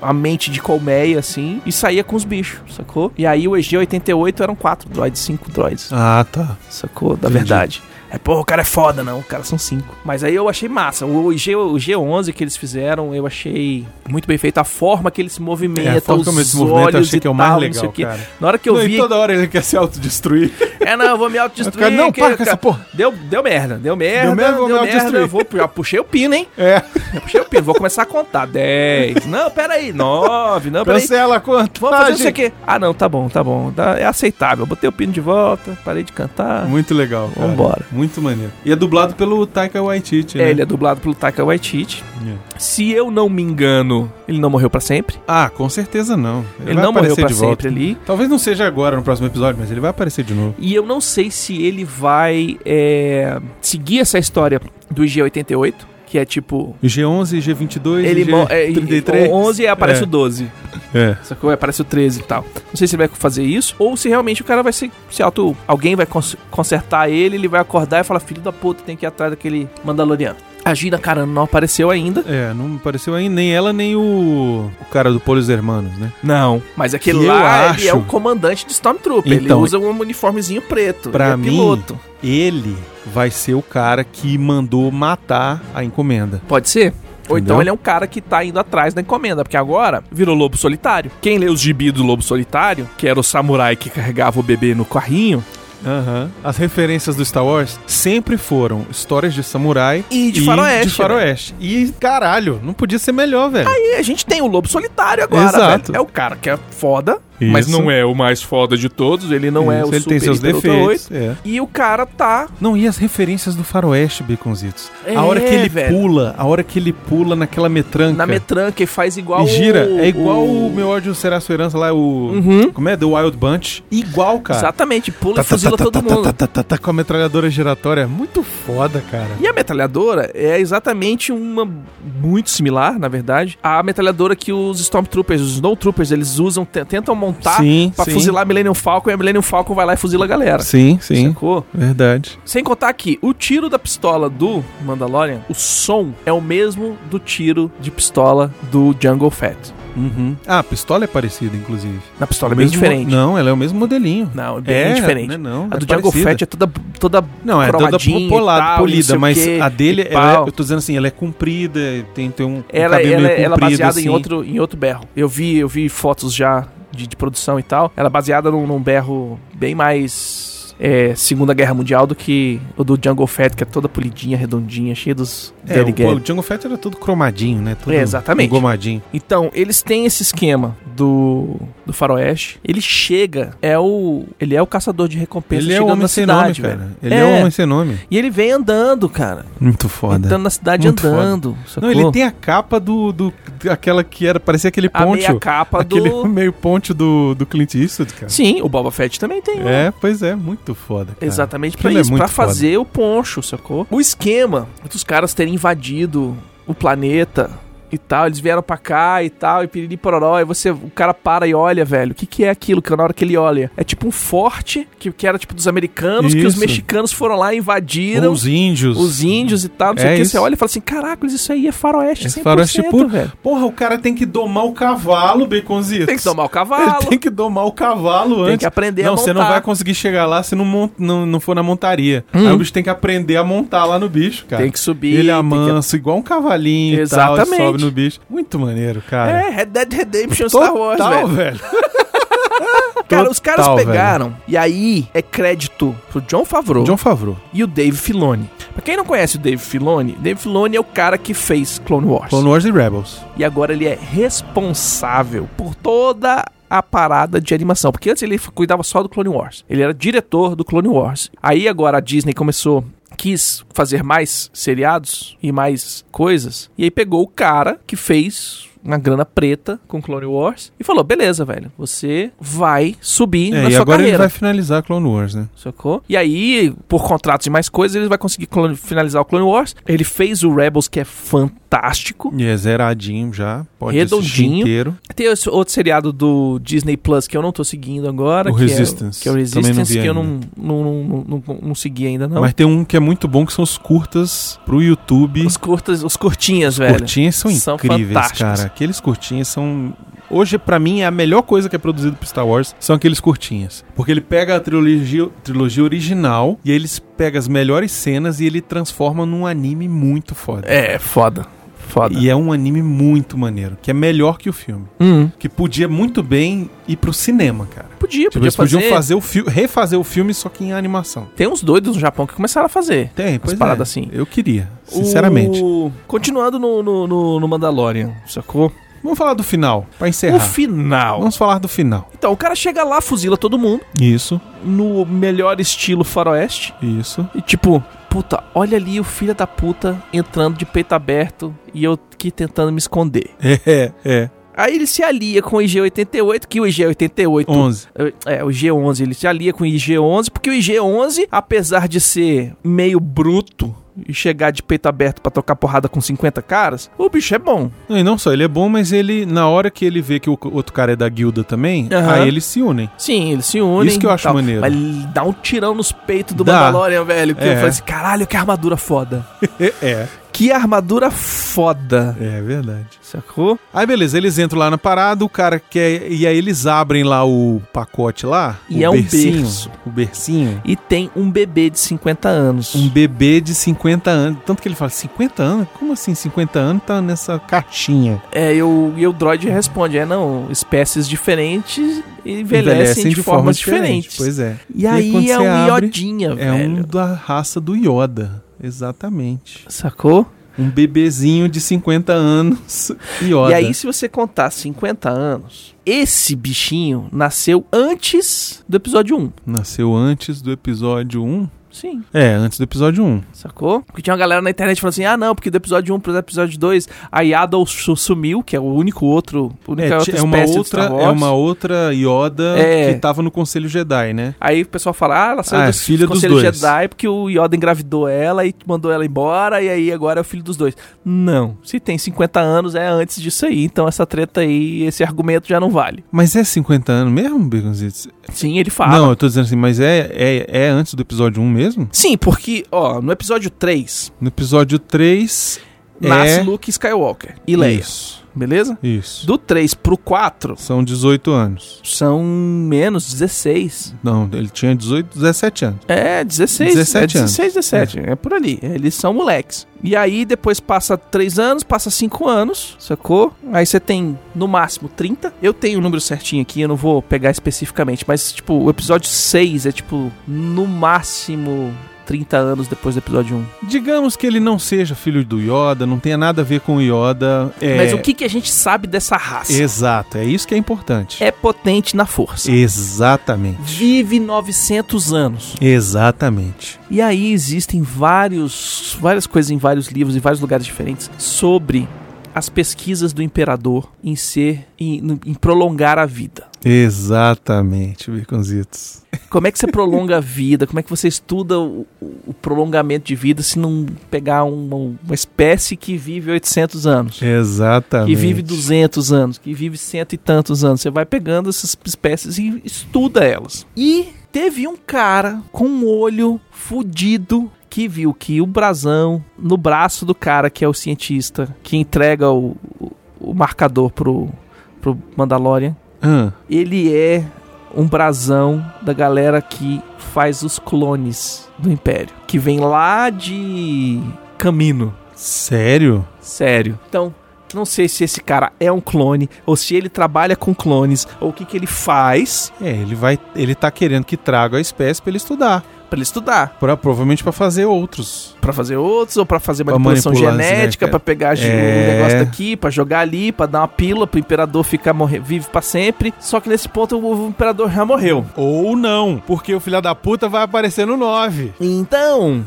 a mente de colmeia, assim, e saía com os bichos, sacou? E aí o EG-88 eram quatro droids, cinco droids, Ah, tá. sacou? Da Entendi. verdade. Aí, pô, o cara é foda, não. O cara são cinco. Mas aí eu achei massa. O IG, o G11 que eles fizeram, eu achei muito bem feito. A forma que ele se movimenta, É, a forma os como ele se olhos movimenta eu achei e que é o mais tal, não sei legal, o quê. cara. Na hora que eu não, vi... e toda hora ele quer se autodestruir. É, não, eu vou me O cara, autodestruir. não, que- para com essa porra. Deu, deu merda, deu merda, Deu merda, deu merda, vou me autodestruir. eu vou, já puxei o pino, hein? É. Já puxei o pino, vou começar a contar. 10, não, peraí, 9, não, peraí. Cancela quanto? Vamos fazer não sei o quê. Ah, não, tá bom, tá bom. Dá- É aceitável. Botei o pino de volta, parei de cantar. Muito legal. Cara. Vambora. Muito muito maneiro. E é dublado pelo Taika Waititi, né? É, ele é dublado pelo Taika Waititi. É. Se eu não me engano, ele não morreu pra sempre. Ah, com certeza não. Ele vai não morreu aparecer pra de volta. sempre ali. Talvez não seja agora, no próximo episódio, mas ele vai aparecer de novo. E eu não sei se ele vai é, seguir essa história do IG-88, que é tipo... G11, G22, Ele mo- é, e- G33. o 11 e aparece o 12. É. Só que aparece o 13 e tal. Não sei se ele vai fazer isso, ou se realmente o cara vai se, se auto. Alguém vai cons- consertar ele, ele vai acordar e falar: Filho da puta, tem que ir atrás daquele Mandaloriano. A Gina Carano não apareceu ainda. É, não apareceu aí nem ela, nem o, o cara do Polos Hermanos, né? Não. Mas aquele Que eu lá, ele é acho. o comandante de Stormtrooper. Então, ele usa um uniformezinho preto. pra ele é mim- piloto. Ele vai ser o cara que mandou matar a encomenda. Pode ser? Ou Entendeu? então ele é um cara que tá indo atrás da encomenda, porque agora virou lobo solitário. Quem lê os gibis do lobo solitário, que era o samurai que carregava o bebê no carrinho, Aham. As referências do Star Wars sempre foram histórias de samurai E de faroeste, De faroeste. E caralho, não podia ser melhor, velho. E a gente tem o lobo solitário agora, Exato. velho. É o cara que é foda, Isso. mas não é o mais foda de todos. Ele não é o Isso, ele super tem seus hiper ultra defeitos. oito. É. E o cara tá. Não, e as referências do faroeste, Beconzitos? É, a hora que ele velho. pula, a hora que ele pula naquela metranca. Na metranca e faz igual. E gira, o- Uhum. é igual o meu ódio será sua herança lá, o. Como é? The Wild Bunch. Igual, cara. Exatamente, pula Tá, e tá, fuzila tá, tá, todo mundo. tá, tá, tá, tá, com a metralhadora giratória. Muito foda, cara. E a metralhadora é exatamente uma muito similar, na verdade, à metralhadora que os Stormtroopers, os Snowtroopers, eles usam, te- tentam montar Sim, Tá pra sim. fuzilar é a Millennium Falcon e a Millennium Falcon vai lá e fuzila a galera. Sim, sim. Sacou? Verdade. Sem contar que o tiro da pistola do Mandalorian, o som é o mesmo do tiro de pistola do Jungle Fett. Ah, a pistola é parecida, inclusive. Na pistola é bem Mesmo- diferente. Não, ela é o mesmo modelinho. Não, é bem diferente. né, não, a é do Jungle parecida. Fett é toda toda Não, é toda cromadinha e polada, tal, e não sei polida, o mas quê, a dele, e ela é- pau. eu tô dizendo assim, ela é comprida, tem, tem um, um ela, cabelo ela, meio ela é comprido, baseada assim. em outro em outro berro. Eu vi eu vi fotos já de, de produção e tal. Ela é baseada num, num berro bem mais é, Segunda Guerra Mundial do que o do Jungle Fett, que é toda polidinha, redondinha, cheia dos É, o, deriguetes. o Jungle Fett era todo cromadinho, né? Todo É, exatamente. Engomadinho. Então, eles têm esse esquema do, do faroeste. Ele chega, é o ele é o caçador de recompensas Ele é um chegando homem na sem cidade, nome, velho. cara. Ele é. um homem sem nome. E ele vem andando, cara. Muito foda. Entrando na cidade Muito andando. Sacou? Não, ele tem a capa do, do aquela que era parecia aquele a meia poncho, capa aquele do meio poncho do, do Clint Eastwood, cara. Sim, o Boba Fett também tem. né? É, pois é, muito foda. cara. Exatamente pra Aquilo é isso, muito pra foda. fazer o poncho, sacou? O esquema dos caras terem invadido o planeta e tal, eles vieram pra cá e tal, e piriri pororó, e você, o cara para e olha, velho, o que que é aquilo que na hora que ele olha? É tipo um forte, que, que era tipo dos americanos, que os Isso. mexicanos foram lá e invadiram os, Os índios. índios e tal, não sei É o que, isso. você olha e fala assim, caracas, isso aí é faroeste, É 100%, faroeste puro. velho. Porra, o cara tem que domar o cavalo, Baconzitos. Tem que tomar o Ele cavalo, tem que domar o cavalo antes. tem que aprender não, a montar. você não vai conseguir chegar lá se não, mont... não, não for na montaria. Hum. Aí o bicho tem que aprender a montar lá no bicho, cara. Tem que subir, Ele tem que- amansa, igual um cavalinho e tal, Exatamente. e sobe no bicho. Muito maneiro, cara. É, Red Dead Redemption Star Wars, velho. Total, velho. Cara, os caras Total, pegaram, e aí é crédito pro John Favreau John Favreau. e o Dave Filoni. Pra quem não conhece o Dave Filoni, Dave Filoni é o cara que fez Clone Wars. Clone Wars e Rebels. E agora ele é responsável por toda a parada de animação. Porque antes ele cuidava só do Clone Wars. Ele era diretor do Clone Wars. Aí agora a Disney começou. Quis fazer mais seriados e mais coisas. E aí pegou o cara que fez uma grana preta com Clone Wars e falou: beleza, velho, você vai subir É, na e sua agora carreira. ele vai finalizar Clone Wars, né? Sacou? E aí, por contratos e mais coisas, ele vai conseguir clone- finalizar o Clone Wars. Ele fez o Rebels, que é fantástico. E é zeradinho já. Pode assistir Redondinho. inteiro. Tem esse outro seriado do Disney Plus que eu não tô seguindo agora. O que é- Resistance. que é o Também não vi Resistance, que eu não, ainda. não, não, não, não- não segui ainda, não. Mas tem um que é muito bom, que são os curtas pro YouTube. Os, curtas, os curtinhas, velho. curtinhas são São incríveis, fantásticos. cara. Aqueles curtinhas são. Hoje, pra mim, é a melhor coisa que é produzida pro Star Wars são aqueles curtinhas. Porque ele pega a trilogia, trilogia original e aí eles pegam as melhores cenas e ele transforma num anime muito foda. É, foda. Foda. E é um anime muito maneiro, que é melhor que o filme. Hum. Que podia muito bem ir pro cinema, cara. Podia, Tipo, podia eles fazer. podiam fazer o filme, refazer o filme só que em animação. Tem uns doidos no Japão que começaram a fazer. Tem, pois paradas é. assim. Eu queria, sinceramente. O- Continuando no, no, no, no Mandalorian, sacou? Vamos falar do final, pra encerrar. O final. Vamos falar do final. Então, o cara chega lá, fuzila todo mundo, Isso, no melhor estilo faroeste. isso. E tipo, puta, olha ali o filho da puta entrando de peito aberto e eu aqui tentando me esconder. É, é. Aí ele se alia com o IG-88, que o IG-88... 11. É, o G11, ele se alia com o IG-11, porque o IG-11, apesar de ser meio bruto e chegar de peito aberto pra tocar porrada com 50 caras, o bicho é bom. Não, E não só ele é bom, mas ele, na hora que ele vê que o outro cara é da guilda também, Aham. aí eles se unem. Sim, eles se unem. Isso que eu e acho tal. maneiro. Mas ele dá um tirão nos peitos do Dá. Mandalorian, velho. Que É. eu falei assim, caralho, que armadura foda. É, Que armadura foda. é, é verdade. Sacou? Aí beleza, eles entram lá na parada, o cara quer. E aí eles abrem lá o pacote lá. E o é um bercinho, berço. O bercinho. E tem um bebê de 50 anos. Um bebê de 50 anos. Tanto que ele fala, 50 anos? Como assim 50 anos tá nessa caixinha? É, e o, e o droid responde, é não, espécies diferentes envelhecem, de, formas diferentes. Pois é. E quando aí é você um abre, iodinha, É velho. um da raça do Yoda. Exatamente. Sacou? Um bebezinho de 50 anos. Yoda. E aí, se você contar 50 anos, esse bichinho nasceu antes do episódio 1. Nasceu antes do episódio 1? Sim, É, antes do episódio 1. sacou? Porque tinha uma galera na internet falando assim: ah, não, porque do episódio 1 pro episódio 2, a Yaddle su- sumiu, que é o único outro. a É, Única outra ti- é, uma espécie do outra, Star é Wars. uma outra Yoda É. que tava no Conselho Jedi, né? Aí o pessoal fala, ah, ela saiu Ah, é do filha dos Conselho dois. Jedi porque o Yoda engravidou ela e mandou ela embora, e aí agora é o filho dos dois. Não, se tem 50 anos é antes disso aí, então essa treta aí, esse argumento já não vale. Mas é 50 anos mesmo, Baconzitos? Sim, ele fala. Não, eu tô dizendo assim, mas é, é, é antes do episódio 1 mesmo? Sim, porque, ó, no episódio 3, No episódio 3 nasce é... Luke Skywalker e Leia, Isso, beleza? isso. Do 3 pro 4, São 18 anos. são menos 16. Não, ele tinha 18, 17 anos. É, 16, 17 é anos. 16 17, é. por ali. Eles são moleques. E aí, depois passa 3 anos, passa 5 anos, sacou? Aí você tem, no máximo, 30. Eu tenho o número certinho aqui, eu não vou pegar especificamente, mas, tipo, o episódio 6 é, tipo, no máximo 30 anos depois do episódio 1. Digamos que ele não seja filho do Yoda, não tenha nada a ver com o Yoda. É... Mas o que, que a gente sabe dessa raça? Exato, é isso que é importante. É potente na força. Exatamente. Vive 900 anos. Exatamente. E aí existem vários, várias coisas em vários livros, em vários lugares diferentes, sobre as pesquisas do imperador em ser, em, em prolongar a vida. Exatamente, Baconzitos. Como é que você prolonga a vida? Como é que você estuda o, o- o prolongamento de vida se não pegar uma, uma espécie que vive 800 anos? Exatamente. Que vive 200 anos, que vive cento e tantos anos. Você vai pegando essas espécies e estuda elas. E teve um cara com um olho fudido que viu que o brasão no braço do cara que é o cientista que entrega o, o- o marcador pro, pro Mandalorian, Ah, ele é um brasão da galera que faz os clones do Império, que vem lá de Camino. sério? Sério. Então, não sei se esse cara é um clone, ou se ele trabalha com clones, ou o que, que ele faz É, ele vai. Ele tá querendo que traga a espécie pra ele estudar. pra ele estudar. Pra, provavelmente pra fazer outros. Pra fazer outros, ou pra fazer Pra manipulação manipular, né, genética, cara? pra pegar ge- É. o negócio daqui, pra jogar ali, pra dar uma pílula pro imperador ficar morrer, vivo pra sempre. Só que nesse ponto o, o imperador já morreu. Ou não, porque o filho da puta vai aparecer no 9. Então,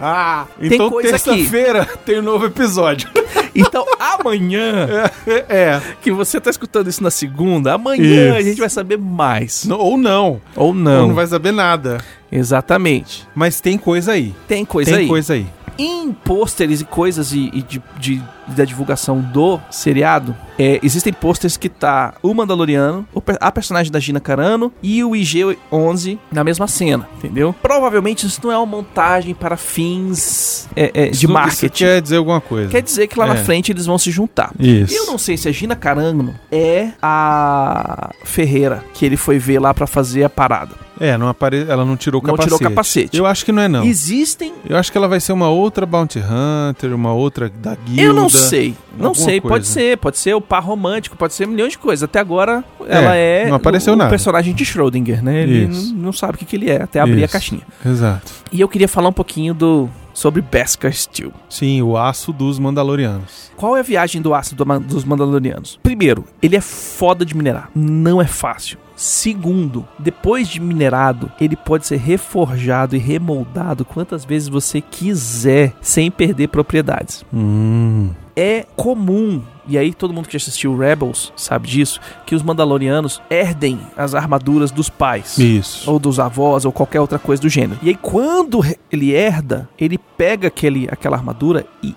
Ah, Tem então coisa aqui. terça-feira tem um novo episódio. então amanhã é, que você tá escutando isso na segunda, amanhã Isso. a gente vai saber mais. no- ou não. Ou Ou não. não vai saber nada. Exatamente. Mas tem coisa aí. Tem coisa tem aí. coisa aí. em pôsteres e coisas e, e de, de- da divulgação do seriado, é, existem pôsteres que tá o Mandaloriano, o per- a personagem da Gina Carano e o IG-11 na mesma cena, entendeu? Provavelmente isso não é uma montagem para fins é, é, de Isso- Isso marketing. quer dizer alguma coisa. Quer dizer que lá na É. frente eles vão se juntar. Isso. Eu não sei se a Gina Carano é a Ferreira que ele foi ver lá pra fazer a parada. É, não apare... ela não tirou o Não capacete. tirou o capacete. Eu acho que não é, não. Existem Eu acho que ela vai ser uma outra Bounty Hunter, uma outra da guilda. Eu não sei. Não alguma sei, pode coisa. ser. Pode ser o par romântico, pode ser milhões de coisas. Até agora, ela é não apareceu o, o nada. personagem de Schrödinger, né? Ele Isso. n- não sabe o que, que ele é, até abrir Isso. a caixinha. Exato. E eu queria falar um pouquinho do sobre Beskar Steel. Sim, o aço dos Mandalorianos. Qual é a viagem do ácido do ma- dos Mandalorianos? Primeiro, ele é foda de minerar. Não é fácil. Segundo, depois de minerado, ele pode ser reforjado e remoldado quantas vezes você quiser, sem perder propriedades Hum. é comum, e aí todo mundo que já assistiu Rebels sabe disso, que os Mandalorianos herdem as armaduras dos pais. Isso. Ou dos avós, ou qualquer outra coisa do gênero. E aí, quando re- ele herda, ele pega aquele, aquela armadura e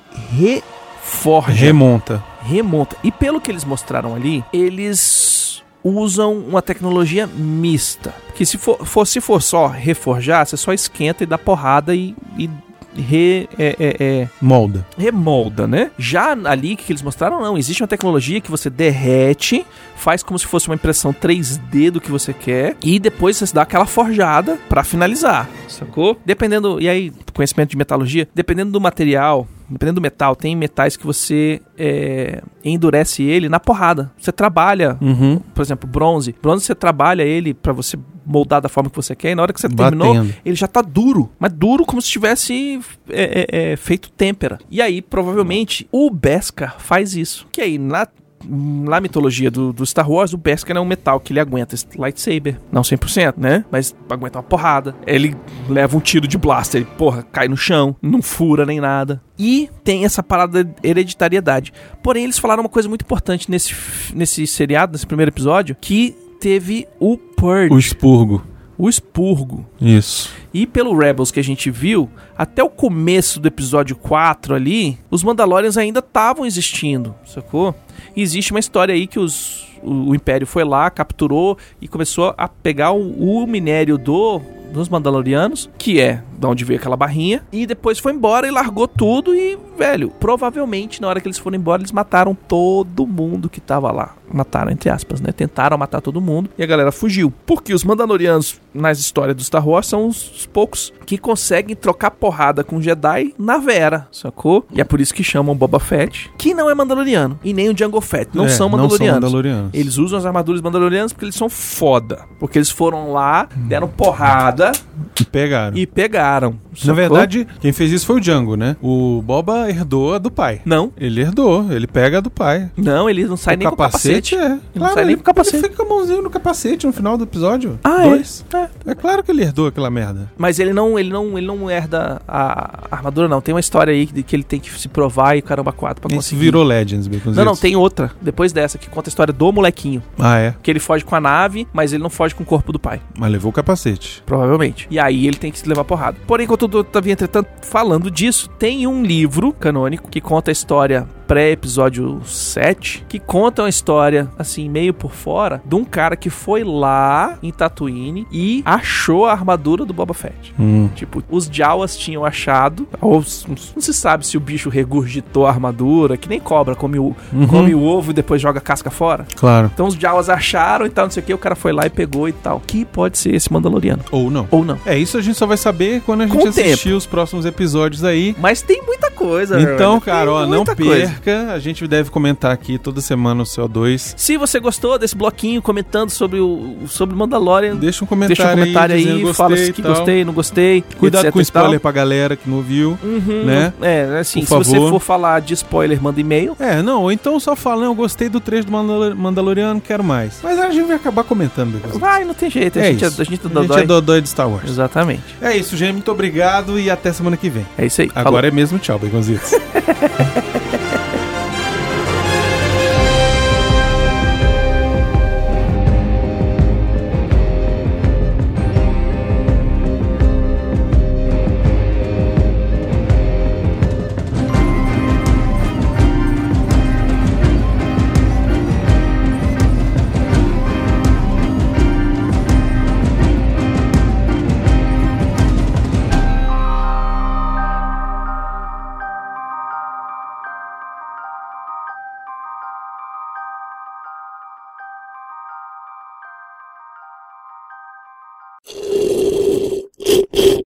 reforja, Remonta. remonta. E pelo que eles mostraram ali, eles usam uma tecnologia mista. Que se for, for- se for só reforjar, você só esquenta e dá porrada e, e re, é- é- é, Molda. remolda, né? Já ali que eles mostraram, não. Existe uma tecnologia que você derrete, faz como se fosse uma impressão 3D do que você quer e depois você dá aquela forjada pra finalizar, sacou? Dependendo, e aí, conhecimento de metalurgia, dependendo do material. Dependendo do metal, tem metais que você é, endurece ele na porrada. Você trabalha, Uhum. por exemplo, bronze. Bronze você trabalha ele pra você moldar da forma que você quer e na hora que você terminou, Batendo. ele já tá duro, mas duro como se tivesse é, é, é, feito têmpera. E aí, provavelmente, o Beskar faz isso. Que aí, na, na mitologia do, do Star Wars, o Beskar é um metal que ele aguenta esse lightsaber. Não 100%, né? Mas aguenta uma porrada. Ele leva um tiro de blaster, ele, porra, cai no chão, não fura nem nada. E tem essa parada de hereditariedade. Porém, eles falaram uma coisa muito importante nesse, f- nesse seriado, nesse primeiro episódio, que teve o Purge, O expurgo. o expurgo. Isso. E pelo Rebels que a gente viu, até o começo do episódio 4 ali, os Mandalorians ainda estavam existindo, sacou? E existe uma história aí que os, o, o Império foi lá, capturou e começou a pegar o, o minério do dos Mandalorianos, que é da onde veio aquela barrinha, e depois foi embora e largou tudo e, velho, provavelmente na hora que eles foram embora, eles mataram todo mundo que tava lá. Mataram, entre aspas, né? Tentaram matar todo mundo e a galera fugiu. Porque os Mandalorianos, nas histórias do Star Wars, são os os poucos que conseguem trocar porrada com Jedi na Vera, sacou? E é por isso que chamam Boba Fett, que não é Mandaloriano, e nem o Jango Fett, não É, são Mandalorianos. Mandalorianos. Eles usam as armaduras mandalorianas porque eles são foda. Porque eles foram lá, deram porrada E pegaram. e pegaram. Na sacou? verdade, quem fez isso foi o Django, né? O Boba herdou a do pai. Não. Ele herdou, ele pega a do pai. Não, ele não sai nem com o capacete. é. não sai nem ele- com o capacete. Ele fica com a mãozinha no capacete no final do episódio. Ah, é? Dois. É. claro que ele herdou aquela merda. Mas ele não, ele não, ele não herda a armadura, não. Tem uma história aí de que ele tem que se provar e caramba quatro pra Isso conseguir. virou Legends, Baconzitos. Não, não, tem outra, depois dessa, que conta a história do molequinho. Ah, é. Que ele foge com a nave, mas ele não foge com o corpo do pai. Mas levou o capacete. Provavelmente. E aí ele tem que se levar porrada. Porém, enquanto eu tava, entretanto, falando disso, tem um livro canônico que conta a história pré-episódio 7, que conta uma história, assim, meio por fora, de um cara que foi lá em Tatooine e achou a armadura do Boba Fett. Hum. Tipo, os Jawas tinham achado, ou s- não se sabe se o bicho regurgitou a armadura, que nem cobra, come o, come o ovo e depois joga a casca fora. Claro. Então os Jawas acharam e tal, não sei o que, o cara foi lá e pegou e tal. Que pode ser esse Mandaloriano? Ou não. Ou não. É, isso a gente só vai saber quando a Com gente o tempo. assistir os próximos episódios aí. Mas tem muita coisa, Então, velho. Tem cara, ó, não muita coisa. perca. A gente deve comentar aqui toda semana o CO2. Se você gostou desse bloquinho comentando sobre o sobre Mandalorian, Deixa um comentário, deixa um comentário aí, dizendo fala gostei se e que tal. gostei, não gostei. Cuidado etc com e tal. spoiler pra galera que não viu, né? É, assim, Por se você favor. for falar de spoiler, manda e-mail. É, não, ou então só falando, eu gostei do trecho do Mandalor- Mandaloriano, quero mais. Mas a gente vai acabar comentando. Depois. Vai, não tem jeito. A É gente é- isso. a gente A é gente dodói. é dodói de Star Wars. Exatamente. É isso, gente, muito obrigado e até semana que vem. É isso aí. Falou. Agora é mesmo tchau, Baconzitos.